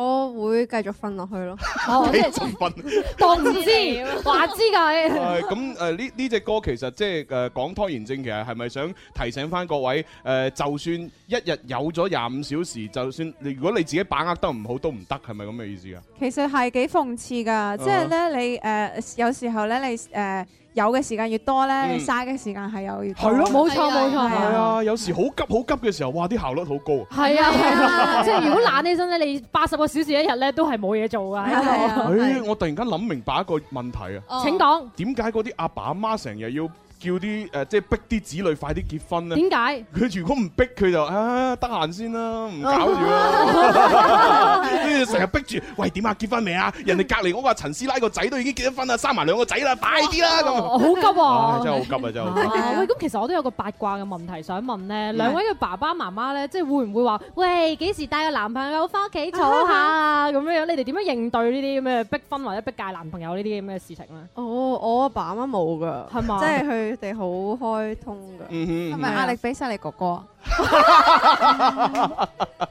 S14: 我會繼續瞓落去咯。
S5: 哦
S2: 繼續瞓。
S5: 當唔知話知㗎。
S2: 係咁誒，呢呢只歌其實即係誒講拖延症，其實係咪想提醒翻各位誒？就算一日有咗廿五小時，就算你如果你自己把握得唔好都唔得，係咪咁嘅意思啊？
S13: 其實係幾諷刺㗎，即係咧你誒、呃有時候咧你誒、呃有嘅時間越多咧，
S2: 嗯
S13: 你嘥嘅時間係有越多。
S2: 係咯，
S13: 係
S2: 係啊！有時好急好急嘅時候，哇！啲效率好高啊。
S5: 係啊係啊，即係如果懶起身咧，你八十個小時一日咧都係啊冇嘢做㗎。喺度
S2: 誒，我突然間諗明白一個問題啊！
S5: 哦請講
S2: 點解嗰啲阿爸阿媽成日要叫啲誒，即係逼啲子女快啲結婚咧？
S5: 點解？
S2: 佢如果唔逼佢就啊得閒先啦，唔搞住 啦，跟住成日逼住，喂點啊結婚未啊？人哋隔離屋啊陳師奶個仔都已經結咗婚啦，生埋兩個仔啦，快啲啦咁。
S5: 哦好急啊
S2: 唉真係 好急啊！真係好急。
S5: 啊喂，咁其實我都有個八卦嘅問題想問咧，兩位嘅爸爸媽媽咧，即係會唔會話，喂，幾時帶個男朋友翻屋企坐下 啊？咁樣樣，你哋點樣應對呢啲咁嘅逼婚或者逼嫁男朋友呢啲咁嘅事情咧？
S14: 哦，我阿爸阿媽冇㗎，
S5: 係嘛
S14: 即係佢哋好開通㗎。啊
S2: 嗯
S13: 啊係咪壓力俾晒你哥啊哥？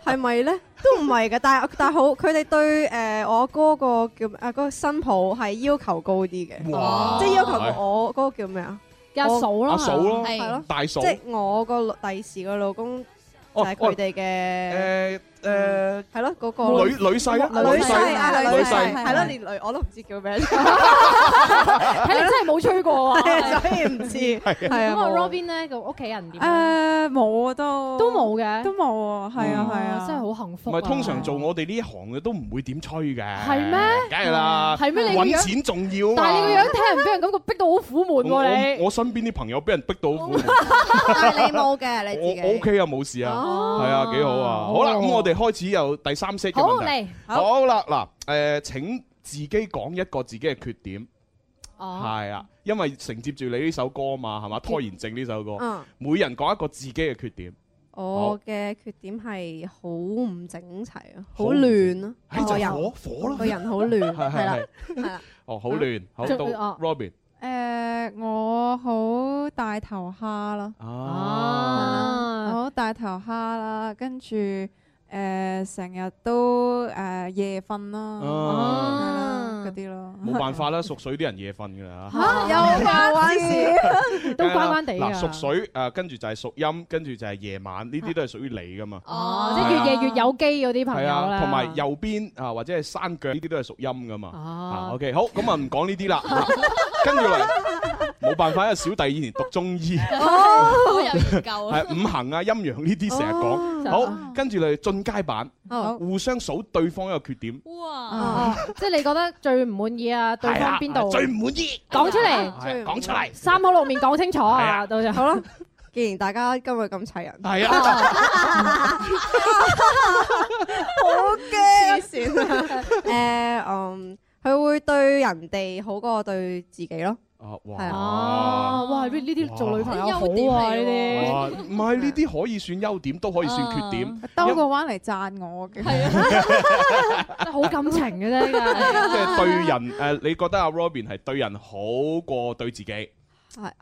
S14: 係咪咧？都唔係嘅，但係但係好，佢哋對誒我哥個叫啊嗰個新抱係要求高啲嘅，
S2: 哇
S14: 即係要求我嗰個叫咩啊？
S5: 阿嫂
S2: 咯阿嫂咯
S14: 係咯，
S2: 大嫂
S14: 即係我個第時個老公就
S2: 哦
S14: 係佢哋嘅。嗯
S2: 誒誒，
S14: 係咯，嗰個
S2: 哦女女婿啊
S14: 女婿啊，
S2: 女
S14: 女
S2: 婿
S14: 婿係咯，連女我都唔知叫 咩，
S5: 睇你 真係冇吹過啊！
S14: 所以唔知
S2: 係
S13: 啊
S5: 咁啊
S13: 冇
S5: ，Robin 咧個屋企人點啊？
S13: 誒冇啊都
S5: 都冇嘅
S13: 都冇
S2: 哦
S13: 啊，係啊係啊，
S5: 真係好幸福
S2: 唔
S5: 啊。
S2: 係通常做我哋呢一行嘅都唔會點吹嘅，
S5: 係咩
S2: 梗啊係嗯啦，
S5: 係咩你個樣
S2: 揾錢重要啊嘛
S5: 但係你個樣聽人俾人感覺逼到好苦悶喎
S2: 我
S5: 你。
S2: 我身邊啲朋友俾人逼到哦好苦悶。
S14: 但係你冇嘅，你
S2: 我
S14: 自己。
S2: 我 OK 啊，冇事啊，
S14: 哦
S2: 係啊，幾好啊。好啦，咁我哋開始有第三式嘅
S14: 好
S2: 問題。
S14: 嚟
S2: 好啦，嗱，誒，請自己講一個自己嘅缺點。係啊，因為承接住你呢首歌啊嘛，係嘛？拖延症呢首歌
S14: 嗯，
S2: 每人講一個自己嘅缺點。
S14: 哦我嘅缺點係好唔整齊啊，
S2: 好
S14: 好
S2: 唔
S14: 亂咯，
S2: 整齊
S14: 個
S2: 哎就
S14: 人
S2: 火火啦
S14: 個人好亂，
S2: 係
S14: 係啦
S2: 係，
S14: 係啦。
S2: 哦，好亂，好
S13: 就
S2: 到
S13: 哦
S2: Robin
S13: 誒我好大頭蝦啦，
S2: 啊，
S13: 我好大頭蝦啦，跟住誒誒成日都誒夜瞓啦，係啦嗰啲咯。
S2: 哦冇辦法啦，屬水啲人夜瞓㗎啦嚇
S13: 嚇有關事
S5: 都關關地
S2: 嗱，
S5: 㗎
S2: 屬水誒，跟住就係屬陰，跟住就係夜晚，呢啲都係屬於你㗎嘛。
S5: 哦，即係越夜越有機嗰啲朋
S2: 係
S5: 友
S2: 啊，
S5: 咧，
S2: 同埋右邊啊或者係山腳呢啲都係屬陰㗎嘛。
S5: 哦
S2: 啊，OK，好，咁啊唔講 呢啲啦。跟住嚟，冇辦法，因為小弟以前讀中醫。
S8: 哦好有研究啊
S2: 係五行啊、陰陽呢啲成日
S14: 哦
S2: 講。好，跟住嚟進階版，
S5: 好
S2: 互相數對方一個缺點。
S5: 哦，即係你覺得最唔滿意啊？對
S2: 係啊
S5: 方邊度
S2: 最唔滿意？
S5: 講出
S2: 係啊
S5: 嚟，
S2: 講出嚟
S5: 三口六面講清楚
S2: 係
S5: 啊！
S2: 啊
S5: 到時
S14: 好啦，既然大家今日咁齊人，
S2: 係啊，
S14: 好驚線啊！誒，嗯，佢會對人哋好過對自己咯。
S2: 啊，
S14: 係啊
S2: 哇！
S5: 哇！呢呢啲做女朋友好
S14: 優點
S5: 啊！
S14: 嚟
S5: 呢
S2: 哇唔係呢啲可以算優點，都可以算
S5: 啊
S2: 缺點。
S13: 兜個彎嚟讚我嘅，
S5: 啲好感情嘅啫，呢
S2: 即
S5: 個
S2: 係對 人誒，你覺得阿 Robin 係對人好過對自己
S14: 係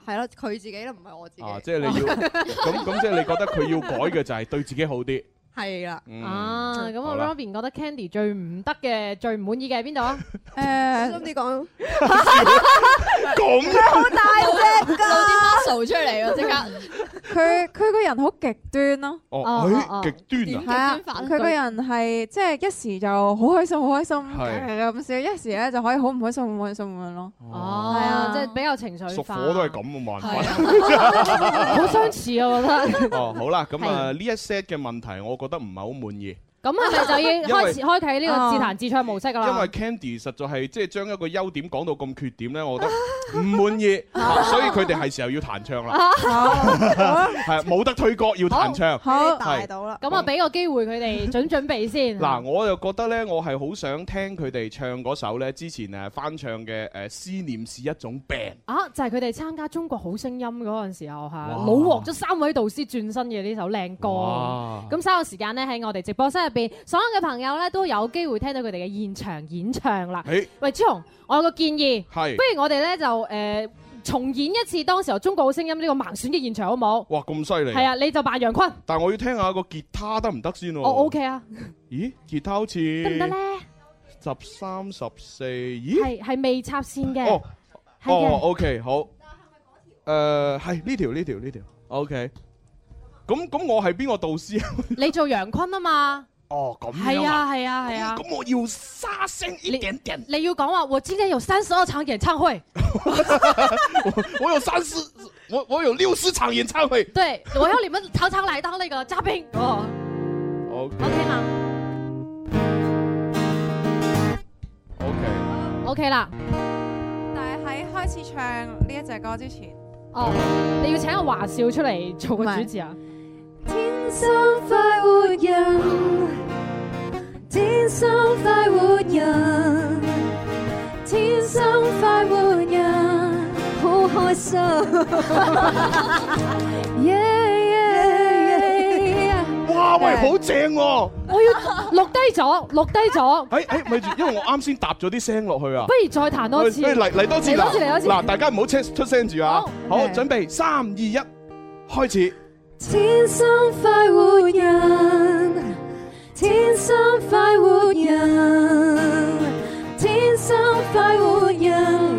S14: 係咯，佢自己都唔係我自己。
S2: 啊？即係你
S5: 哦
S2: 要咁咁，即係你覺得佢要改嘅就係對自己好啲。
S14: 係啦。
S2: 嗯
S5: 啊，咁
S2: 好
S5: 我
S2: 啦
S5: Robin 覺得 Candy 最唔得嘅、最唔滿意嘅係邊度 啊？
S13: 誒，
S14: 心啲講，
S13: 佢
S2: 咁
S13: 好大隻
S8: 露啲 muscle
S13: 㗎，
S8: 出嚟喎，即刻。
S13: 佢佢個人好極端咯。
S2: 哦，誒極
S13: 係
S2: 端啊！
S13: 啊，佢個人係即係一時就好開心，好開心
S2: 係
S13: 咁笑；一時咧就可以好唔開心，好唔開心咁 樣咯。
S5: 哦，
S13: 係
S5: 啊
S13: 啊，
S5: 即係比較情緒
S2: 屬
S5: 化，
S2: 火都係咁啊，冇辦 法。
S5: 好相似啊！我覺 得
S2: 哦，好啦，咁啊呢一 set 嘅問題，我覺得唔係好滿意，
S5: 咁係咪就已經開始
S2: 因
S5: 開啟呢
S8: 啊
S5: 個自彈自唱模式㗎啦？
S2: 因為 Candy 實在係即係將一個優點講到咁缺點咧，我覺得唔 滿意，啊所以佢哋係時候要彈唱
S5: 啊
S2: 啦，係啊冇得推歌要彈唱，係。
S5: 啦，咁啊俾個機會佢哋準準備先。
S2: 嗱，我又覺得咧，我係好想聽佢哋唱嗰首咧，之前誒翻唱嘅誒《思念是一種病》。
S5: 啊，就係佢哋參加《中國好聲音》嗰陣時候嚇，
S2: 哇
S5: 老獲咗三位導師轉身嘅呢首靚歌
S2: 哇。
S5: 咁稍後時間呢，喺我哋直播室入邊，所有嘅朋友呢都有機會聽到佢哋嘅現場演唱啦。
S2: 誒
S5: 喂，朱紅，我有個建議，
S2: 係
S5: 不如我哋呢就誒、呃重演一次當時候《中國好聲音》呢個盲選嘅現場好冇？
S2: 哇，咁犀利！
S5: 係啊，你就扮楊坤，
S2: 但我要聽下個吉他得唔得先喎？
S5: 我 OK 啊，
S2: 哦咦，吉他好似
S5: 得唔得咧？
S2: 十三十四，咦？
S5: 係係未插線嘅，
S2: 哦
S5: 係嘅
S2: 哦，OK，好。誒，係呢條呢條呢條，OK。咁咁，我係邊個導師啊？
S5: 你做楊坤啊嘛，
S2: 哦，咁樣
S5: 係啊係啊係啊。
S2: 咁我要沙聲一點點。
S5: 你要講話，我今天有三十二場演唱會，
S2: 我有三十，我我有六十場演唱會。
S5: 对我要你們常常來當那個嘉賓。哦，
S2: OK。
S5: OK 嘛
S2: ？OK。
S5: OK 啦，
S13: 但係喺開始唱呢一隻歌之前，
S5: 哦，你要請阿華少出嚟做個主持啊？
S12: 天生快活人，天生快活人，天生快活人，好開心。耶耶耶！
S2: 哇喂，好正喎！
S5: 我要錄低咗，錄低咗，
S2: 誒誒，咪住，因為我啱先搭咗啲聲落去啊
S5: 不。如再彈多次。
S2: 喂嚟嚟多次
S5: 嚟
S2: 啦
S5: 多次，嚟多次。
S2: 嗱，大家唔好出出聲住啊！好，
S12: 係
S2: 準備三二一，開始。
S12: 天生快活人，天生快活人，天生快活人，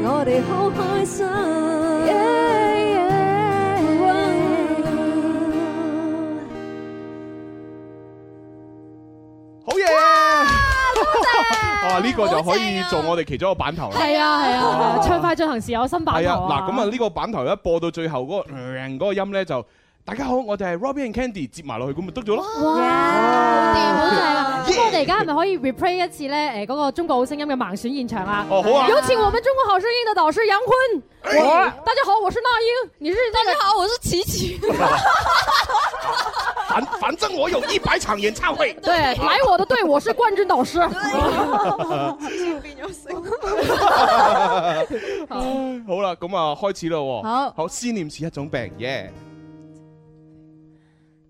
S12: 我哋好開心。
S2: 好嘢！ 哇，呢個就可
S5: 啊
S2: 以做我哋其中一個版頭啦。
S5: 係啊係啊係啊，唱快進行時有新版
S2: 係
S5: 頭
S2: 哦
S5: 啊。
S2: 啊，嗱，咁啊呢個版頭一播到最後嗰個嗯嗰個音咧就。大家好，我哋係 Robin and Candy，接埋落去咁咪得咗咯。
S5: 哇，好正啊！咁我哋而家係咪可以 replay 一次咧？誒，嗰個中國好聲音嘅盲選現場啊！
S2: 哦好啊
S5: 有請我們中國好聲音的導師楊坤。我大家好，我是那英，你是大家好，我是琪琪。
S2: 反反正我有一百場演唱會。
S5: 對，來我的隊，我是冠軍導師。
S14: 變咗性。
S2: 好啦，咁啊開始啦喎。
S12: 好
S2: 好，思念是一種病，耶！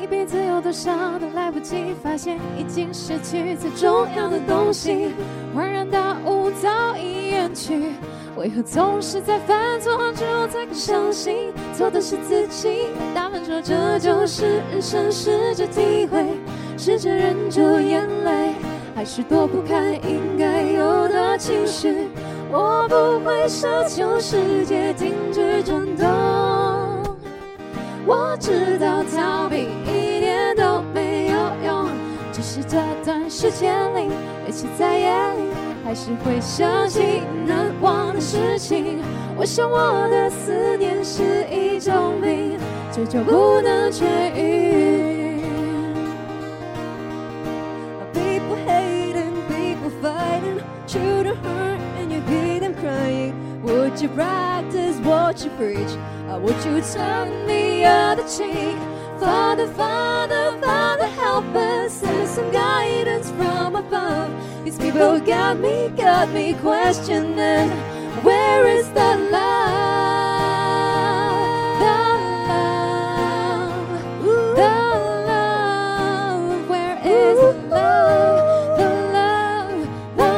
S12: 一辈子有多少都来不及发现，已经失去最重要的东西。恍然大悟，早已远去。为何总是在犯错之后才更相信错的是自己？他们说这就是人生，试着体会，试着忍住眼泪，还是躲不开应该有的情绪。我不会奢求世界停止转动。我知道逃避一点都没有用，只是这段时间里，也许在夜里还是会想起难忘的事情。我想我的思念是一种病，久久不能痊愈。People hating, people fighting, children hurt, and you hear them crying. Would you practice what you preach? Or would you turn the other cheek? Father, Father, Father, help us. Send us some guidance from above. These people got me, got me questioning. Where is the love? The love, the love. Where is the love? The love, the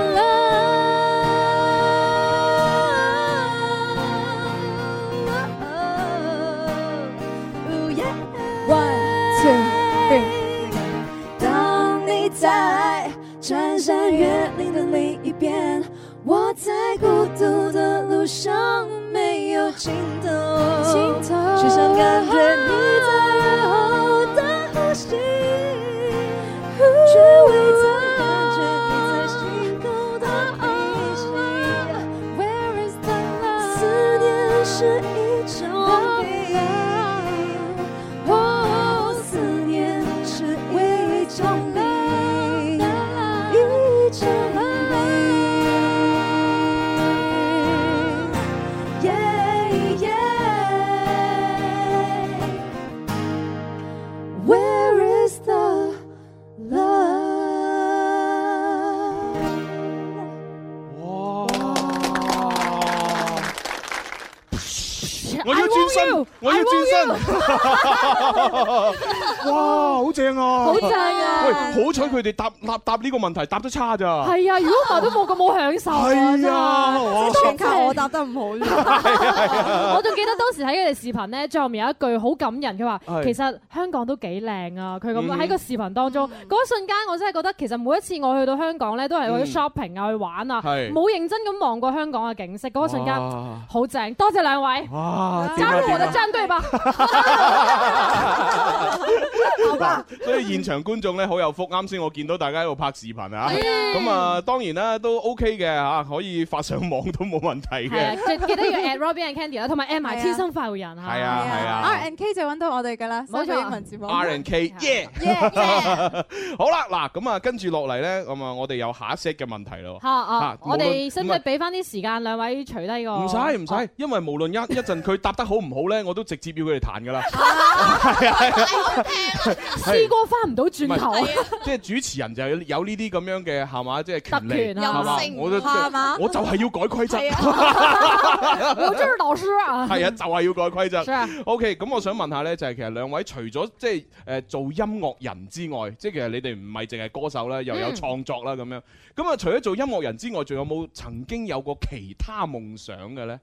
S12: love. Ooh, yeah. One, two, three. 当你在穿山越岭的另一边，我在孤独的路上没有尽头，只想感觉你在耳后的呼吸，却未曾感觉你在心口的鼻息。Where is the love？思念是一种病。哦，思念是一种病，一种病。Yeah, yeah. Where is the love?
S2: 我要轉身，我要轉身。 哇，好正啊！
S5: 好正啊
S2: 喂，好彩佢哋答答答呢個問題答得差咋。
S5: 係啊，如果唔係都冇咁好享受啊！
S2: 係啊哇
S5: 真係
S14: 全靠我答得唔 好
S2: 啊
S5: 我仲記得當時睇佢哋視頻咧，最後面有一句好感人，佢話
S15: 係
S5: 其實香港都幾靚啊！佢咁
S15: 嗯
S5: 樣喺個視頻當中
S14: 嗯
S5: 嗰一瞬間，我真係覺得其實每一次我去到香港咧，都係去
S15: 嗯
S5: shopping 啊，去玩啊，
S15: 係
S5: 冇認真咁望過香港嘅景色。嗰一瞬間
S15: 哇
S5: 好正，多謝兩位。
S2: 哇！點
S5: 加
S2: 啊
S5: 入我
S2: 點
S5: 的
S2: 啊
S5: 戰隊吧！
S2: 所以現場觀眾咧好有福，啱先我見到大家喺度拍視頻
S5: 嗯
S2: 啊，咁啊當然啦都 OK 嘅嚇，可以發上網都冇問題
S5: 係啊，
S2: 嘅。
S5: 記記得要 at Robin and Candy 啦，同埋 at 埋
S13: 係啊
S5: 天生快活人啊！
S2: 係啊係啊
S13: R N K 就揾到我哋噶啦，
S5: 冇錯
S13: 所有英文字母。
S2: R and
S5: 啊
S2: K yeah，好啦嗱，咁啊跟住落嚟咧，咁啊我哋有下一 set 嘅問題咯。
S5: 嚇啊！
S2: 嚇
S5: 我哋使唔
S2: 無
S5: 使
S2: 論
S5: 俾翻啲時間兩位除低個？啊
S2: 唔使唔使，因為無論
S5: 哦
S2: 一一陣佢答得好唔好咧，我都直接要佢哋彈噶啦。
S5: 試過翻唔到
S2: 唔
S5: 轉
S2: 係
S5: 頭啊！
S2: 即係主持人就有有呢啲咁樣嘅係嘛，即係權
S5: 特權
S2: 利
S5: 啊
S2: 係嘛
S5: 任性，
S2: 我都
S5: 係嘛
S2: 我就係要改規則。
S5: 我真係老師啊！
S2: 係啊，就係要改 規
S5: 是啊
S2: 則。OK，咁我想問下呢，就係其實兩位除咗即係誒做音樂人之外，即係其實你哋唔係淨係歌手啦，又有
S5: 嗯
S2: 創作啦咁樣。咁啊，除咗做音樂人之外，仲有冇曾經有過其他夢想嘅呢？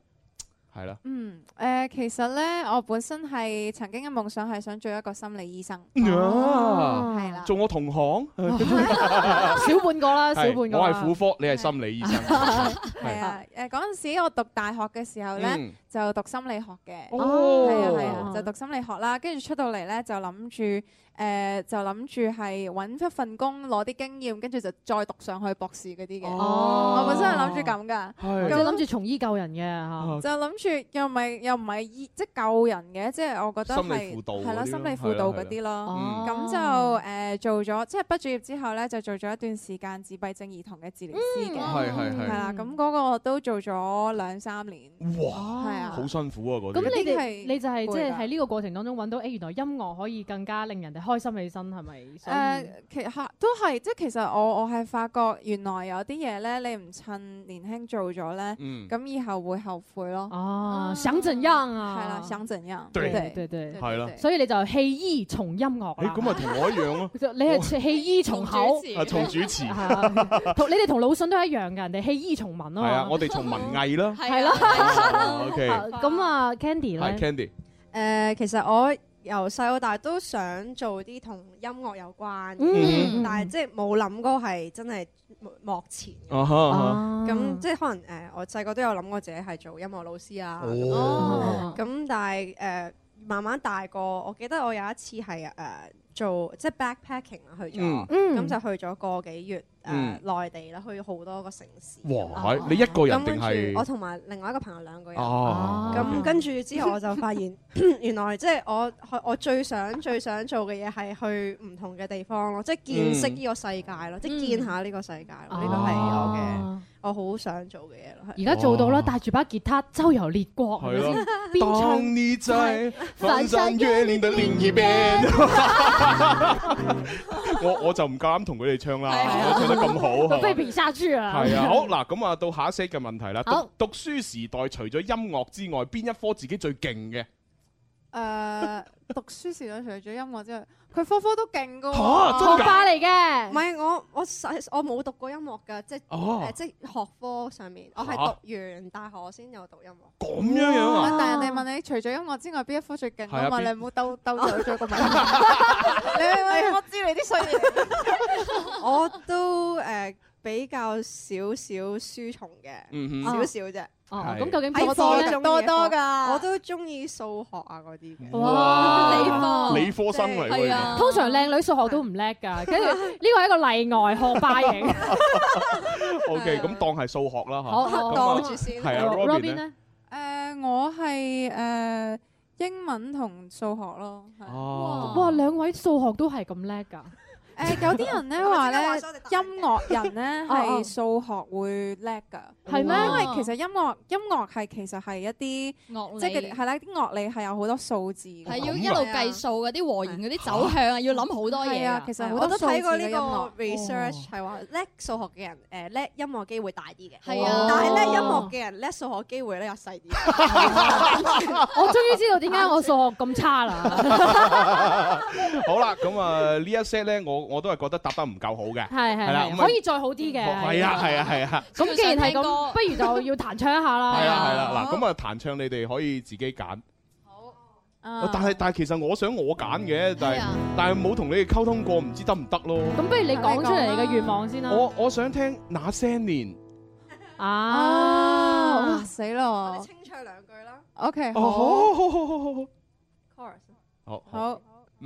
S2: 係啦。
S13: 嗯，誒，其實咧，我本身係曾經嘅夢想係想做一個心理醫生。
S5: 哦
S2: 啊
S13: 係啦
S2: 做我同行，
S5: 少半個
S13: 啊
S5: 啦，少
S2: 係
S5: 半個
S2: 哎我係
S5: 啦。
S2: 婦科，你係心理醫生，
S13: 係啊，誒嗰陣時我讀大學嘅時候咧
S2: 嗯，
S13: 就讀心理學嘅，
S2: 哦
S13: 係啊係啊，就讀心理學啦。跟住出到嚟咧就諗住誒，就諗住係揾一份工攞啲經驗，跟住就再讀上去博士嗰啲嘅。
S5: 哦
S13: 我本身係諗住咁噶，啊
S5: 我就
S13: 咁
S2: 哦
S5: 諗住從醫救人嘅嚇，
S13: 就諗住又唔係又唔係醫即係救人嘅，即係我覺得係
S2: 心理輔導嗰啲
S13: 係啦，
S2: 咯啊
S13: 心理輔導嗰啲
S2: 係
S5: 哦
S2: 啦係
S13: 咯
S2: 啦。
S13: 咁
S2: 哦
S13: 就哦呃誒做咗，即係畢咗業之後咧，就做咗一段時間自閉症兒童嘅治療師嘅，
S2: 係係係
S13: 係啦。咁嗰個都做咗兩三年，
S2: 哇，
S13: 係啊。
S2: 好辛苦啊嗰
S5: 咁
S2: 啲。
S5: 你
S13: 係
S5: 哋你就係即
S13: 攰
S5: 係
S13: 㗎
S5: 喺呢個過程當中揾到，誒哎原來音樂可以更加令人哋開心起身，係咪？
S13: 誒、其實都係，即係其實我我係發覺原來有啲嘢咧，你唔趁年輕做咗咧，
S5: 嗯
S13: 咁、以後會後悔咯。
S5: 哦，想怎樣啊？
S13: 嗯係啦，想怎樣？
S5: 對
S13: 對
S5: 對對
S2: 係啦
S5: 所以你就棄醫從音樂
S2: 誒
S5: 啦。
S2: 咁啊，同我一樣 咯。
S5: 你係棄醫從口，
S2: 啊，從主 持。
S5: 係啊同你哋同魯迅都一樣㗎，人哋棄醫從文啊
S2: 係啊，
S5: 嘛。
S2: 我哋從文藝 啦。
S5: 係咯。
S2: 啊 OK
S5: 咁啊，Candy
S2: 係
S5: 咧，
S14: 誒，
S2: Candy，
S14: 其實我由細到大都想做啲同音樂有關
S2: 嗯
S14: 嘅，但係即係冇諗過係真係幕幕前嘅。
S2: 啊哈啊哈
S14: 咁即係可能誒，我細個都有諗過自己係做音樂老師啊。
S2: 哦
S14: 咁咁但係誒，慢慢大個，我記得我有一次係誒做即係 backpacking 啊，去咗
S2: 嗯，
S14: 咁就去咗個幾月誒
S2: 嗯
S14: 內地啦，去好多個城市。
S2: 哇，係你一個人
S14: 咁
S2: 定
S14: 跟住我
S2: 係？
S14: 同埋另外一個朋友兩個人。
S2: 哦
S14: 咁跟住之後我就發 現， 原來即係我我最想最想做嘅嘢係去唔同嘅地方咯，即係見識呢個世界
S13: 嗯
S14: 咯，即係見下呢個世界
S13: 哦
S14: 咯。呢個係我嘅我好想做嘅嘢咯。
S5: 而家做到啦，帶住把吉他周遊列國，係咪
S2: 係
S5: 先
S2: 咯？
S5: 邊唱
S2: 當你在翻山越嶺的另一邊，我我就唔夠膽同佢哋唱啦，我唱得咁好，係嘛
S5: 被比下去啊！
S2: 係啊，好嗱，咁啊，到下一 set 嘅問題啦。
S5: 好
S2: 讀讀書時代，除咗音樂之外，邊一科自己最勁嘅？
S13: 誒讀書時代除咗音樂之外，佢科科都勁噶
S2: 吓真㗎學
S5: 霸嚟嘅。
S14: 唔係我我細我冇讀過音樂㗎，即係
S2: 哦
S14: 誒即係學科上面，我係
S2: 嚇
S14: 讀完大學我先有讀音樂。
S2: 咁樣樣啊？
S13: 但係人哋問你除咗音樂之外邊一科最勁
S2: 係啊
S13: 啊嘛，
S2: 邊
S13: 你唔好兜兜走 咗個問題。你你我知你啲衰嘢。
S14: 哎 我都誒比較少少書蟲嘅，
S2: 嗯哼
S14: 少少啫。
S5: 哦
S2: 係咁究
S5: 竟邊
S14: 係
S5: 科
S14: 我
S5: 咧
S14: 中意
S13: 多
S14: 嘅
S13: 多
S14: 科
S13: 㗎
S14: 我都中意數學啊嗰啲嘅。
S5: 哇
S2: 理科生嚟
S5: 係
S2: 喎，
S5: 啊，通常靚女數學都唔叻 㗎，跟住呢個係一個例外學霸型。
S2: O K，咁當係數學啦嚇。
S5: 好好
S2: 咁啊
S5: 當
S13: 住先
S2: 係啊
S13: Robin
S2: ，Robin 咧。
S13: 誒，我係誒英文同數學咯。係
S2: Ờ. 哦
S5: 哇，兩位數學都係咁叻㗎。
S13: 誒有啲人咧話咧，音樂人咧
S5: 哦哦
S13: 係數學會叻㗎，
S5: 係咩
S13: 因為其實音樂音樂係其實係一啲
S8: 樂理
S13: 即係佢哋係啦，啲樂理係有好多數字
S5: Ờ,
S13: 㗎，
S8: 係要一
S2: 啊
S8: 路計數嗰啲和弦嗰啲走向啊，要諗好多嘢
S13: 係
S8: 啊
S13: 啊。其實好
S14: 我
S13: 多
S14: 都睇過呢
S13: 數字嘅音
S14: 個
S13: 樂
S14: research 係話叻數學嘅人呃誒叻音樂機會大啲嘅，
S8: 係啊
S14: 但係叻音樂嘅人叻數學機會咧又細啲。
S5: 我終於知道點解我數學咁差 啦。
S2: 好啦，咁啊呢一 set 咧，我我都係覺得答得唔夠好嘅。
S5: 係
S2: 係啦啊
S5: 係，可以再好啲嘅。
S2: 係啊，係啊，係啊。
S5: 咁既然係咁，不如就要彈唱一下啦。
S2: 係啦，係啦，嗱，咁啊，彈唱你哋可以自己揀。
S13: 啊
S2: 但係但係，其實我想我揀嘅，但係但係冇同你哋溝通過，唔知得唔得咯？
S5: 咁不如你講出嚟你嘅願望先啦。
S2: 我我想聽那些年。
S5: 啊，
S13: 哇死咯！我哋
S14: 清唱兩句啦。
S13: À, OK，
S2: 哦，好
S13: 好
S2: 好好好好好。好
S13: 好，
S2: 嗯，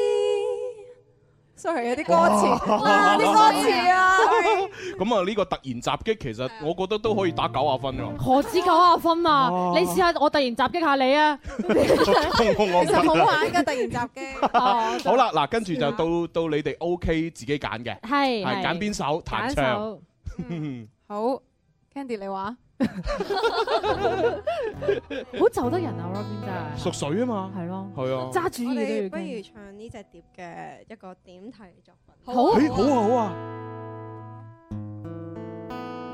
S13: sorry 有啲
S2: 歌詞
S13: Ờ,
S2: 哇啲歌詞
S13: 啊
S2: 咁啊，呢個突然襲擊其實我覺得都可以打九啊分㗎。
S5: 何止九啊分
S2: 哦
S5: 啊！你試下我突然襲擊下你 啊！
S2: 我唔得啦
S13: 㗎，突然襲擊。
S5: 哦
S2: 好啦，嗱，跟住就到到你哋 OK 自己揀嘅，
S13: 係
S2: 係
S13: 係
S2: 揀邊首彈
S13: 揀
S2: 唱
S13: 首。好，Candy 你話
S5: 好就得人啊，Robin 真係。
S2: 屬水啊嘛，
S5: 係咯，
S2: 係啊，
S5: 揸主意
S14: 我
S5: 都
S14: 哋
S5: 要
S14: 不如
S5: 傾
S14: 唱呢只碟嘅一個點題作品。
S5: 好啊
S2: 咦好啊好啊，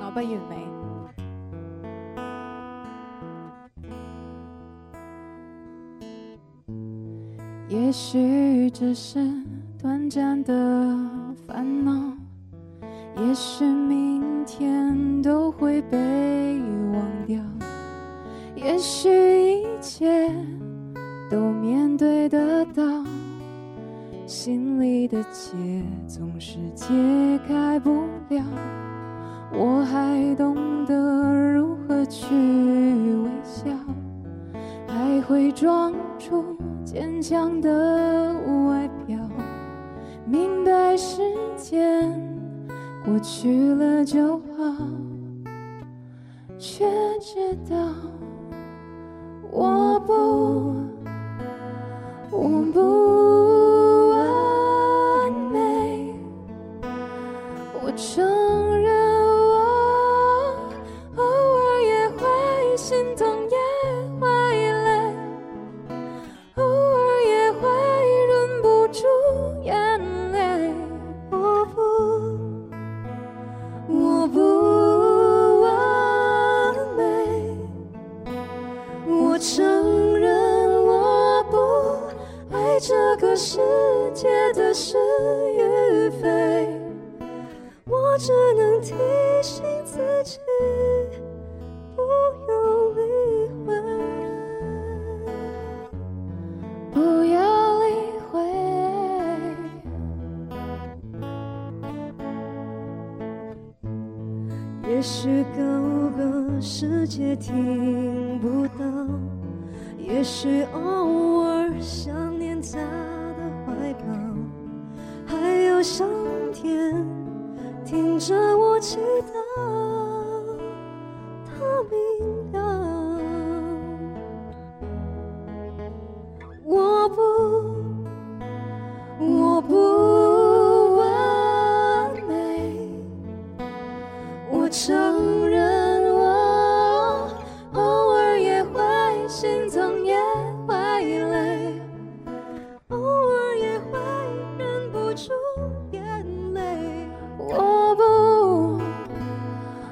S13: 我不完美。
S12: 也许只是短暂的烦恼，也许明天都会被忘掉，也许一切都面对得到。
S15: 心里的结总是解开不了，我还懂得如何去微笑，还会装出坚强的外表，明白时间过去了就好，却知道我不。我不完美，我承认我偶尔也会心痛，也会累，偶尔也会忍不住眼泪。我不，我不完美，
S12: 我承认我不爱这个世界的是与非，我只能提醒自己不要理会。
S15: 不要理会。
S12: 也许高歌世界听不到，也许偶尔想念他的怀抱，还有上天听着我祈祷，他明了，我不，我不完美。我承认我偶尔也会心疼，也会累，偶尔也会忍不住眼泪。
S15: 我不，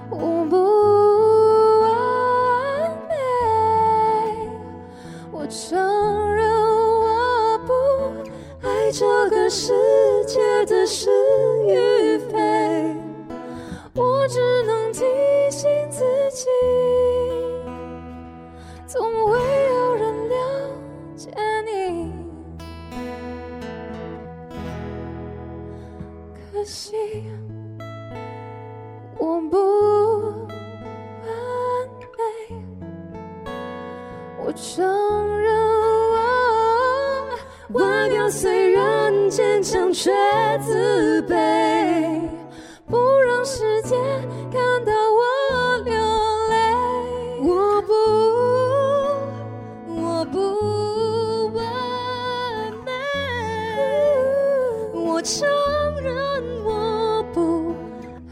S15: 我不完美，我承认我不
S12: 爱这个世界的是与非，
S15: 我只能提醒自己，总会有人了解你。可惜我不完美，我承认我
S12: 外表虽然坚强，却自卑。
S15: 不让世界看到我流泪。
S12: 我不，我不完美，我承认我不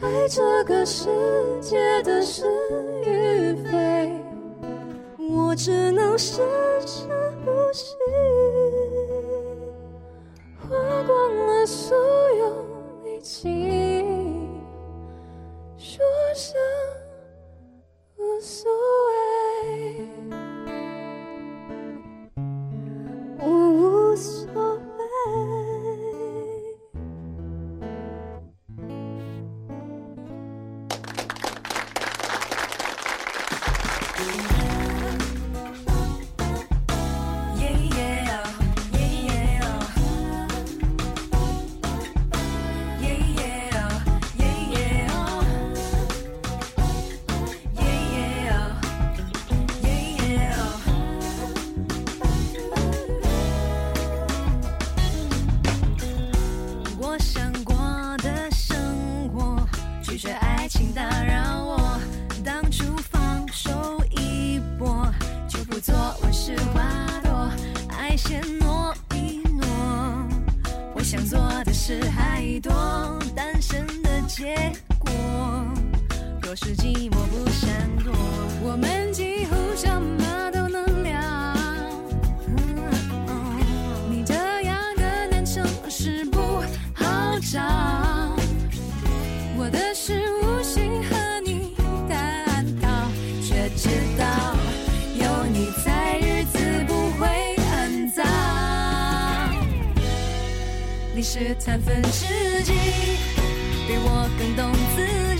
S12: 爱这个世界的是与非，我只能深深呼吸，
S15: 花光了所有力气，说声无所谓。
S12: 我无所谓。
S18: 我想过的生活，拒绝爱情打扰我。当初放手一搏，就不做温室花朵，爱先挪一挪。我想做的事还多，单身的结果，若是寂寞不闪躲，我们几乎什么都能聊。你这样的男生是不好找，我的事无心和你探讨，却知道有你在日子不会很糟。你是谈分知己，比我更懂自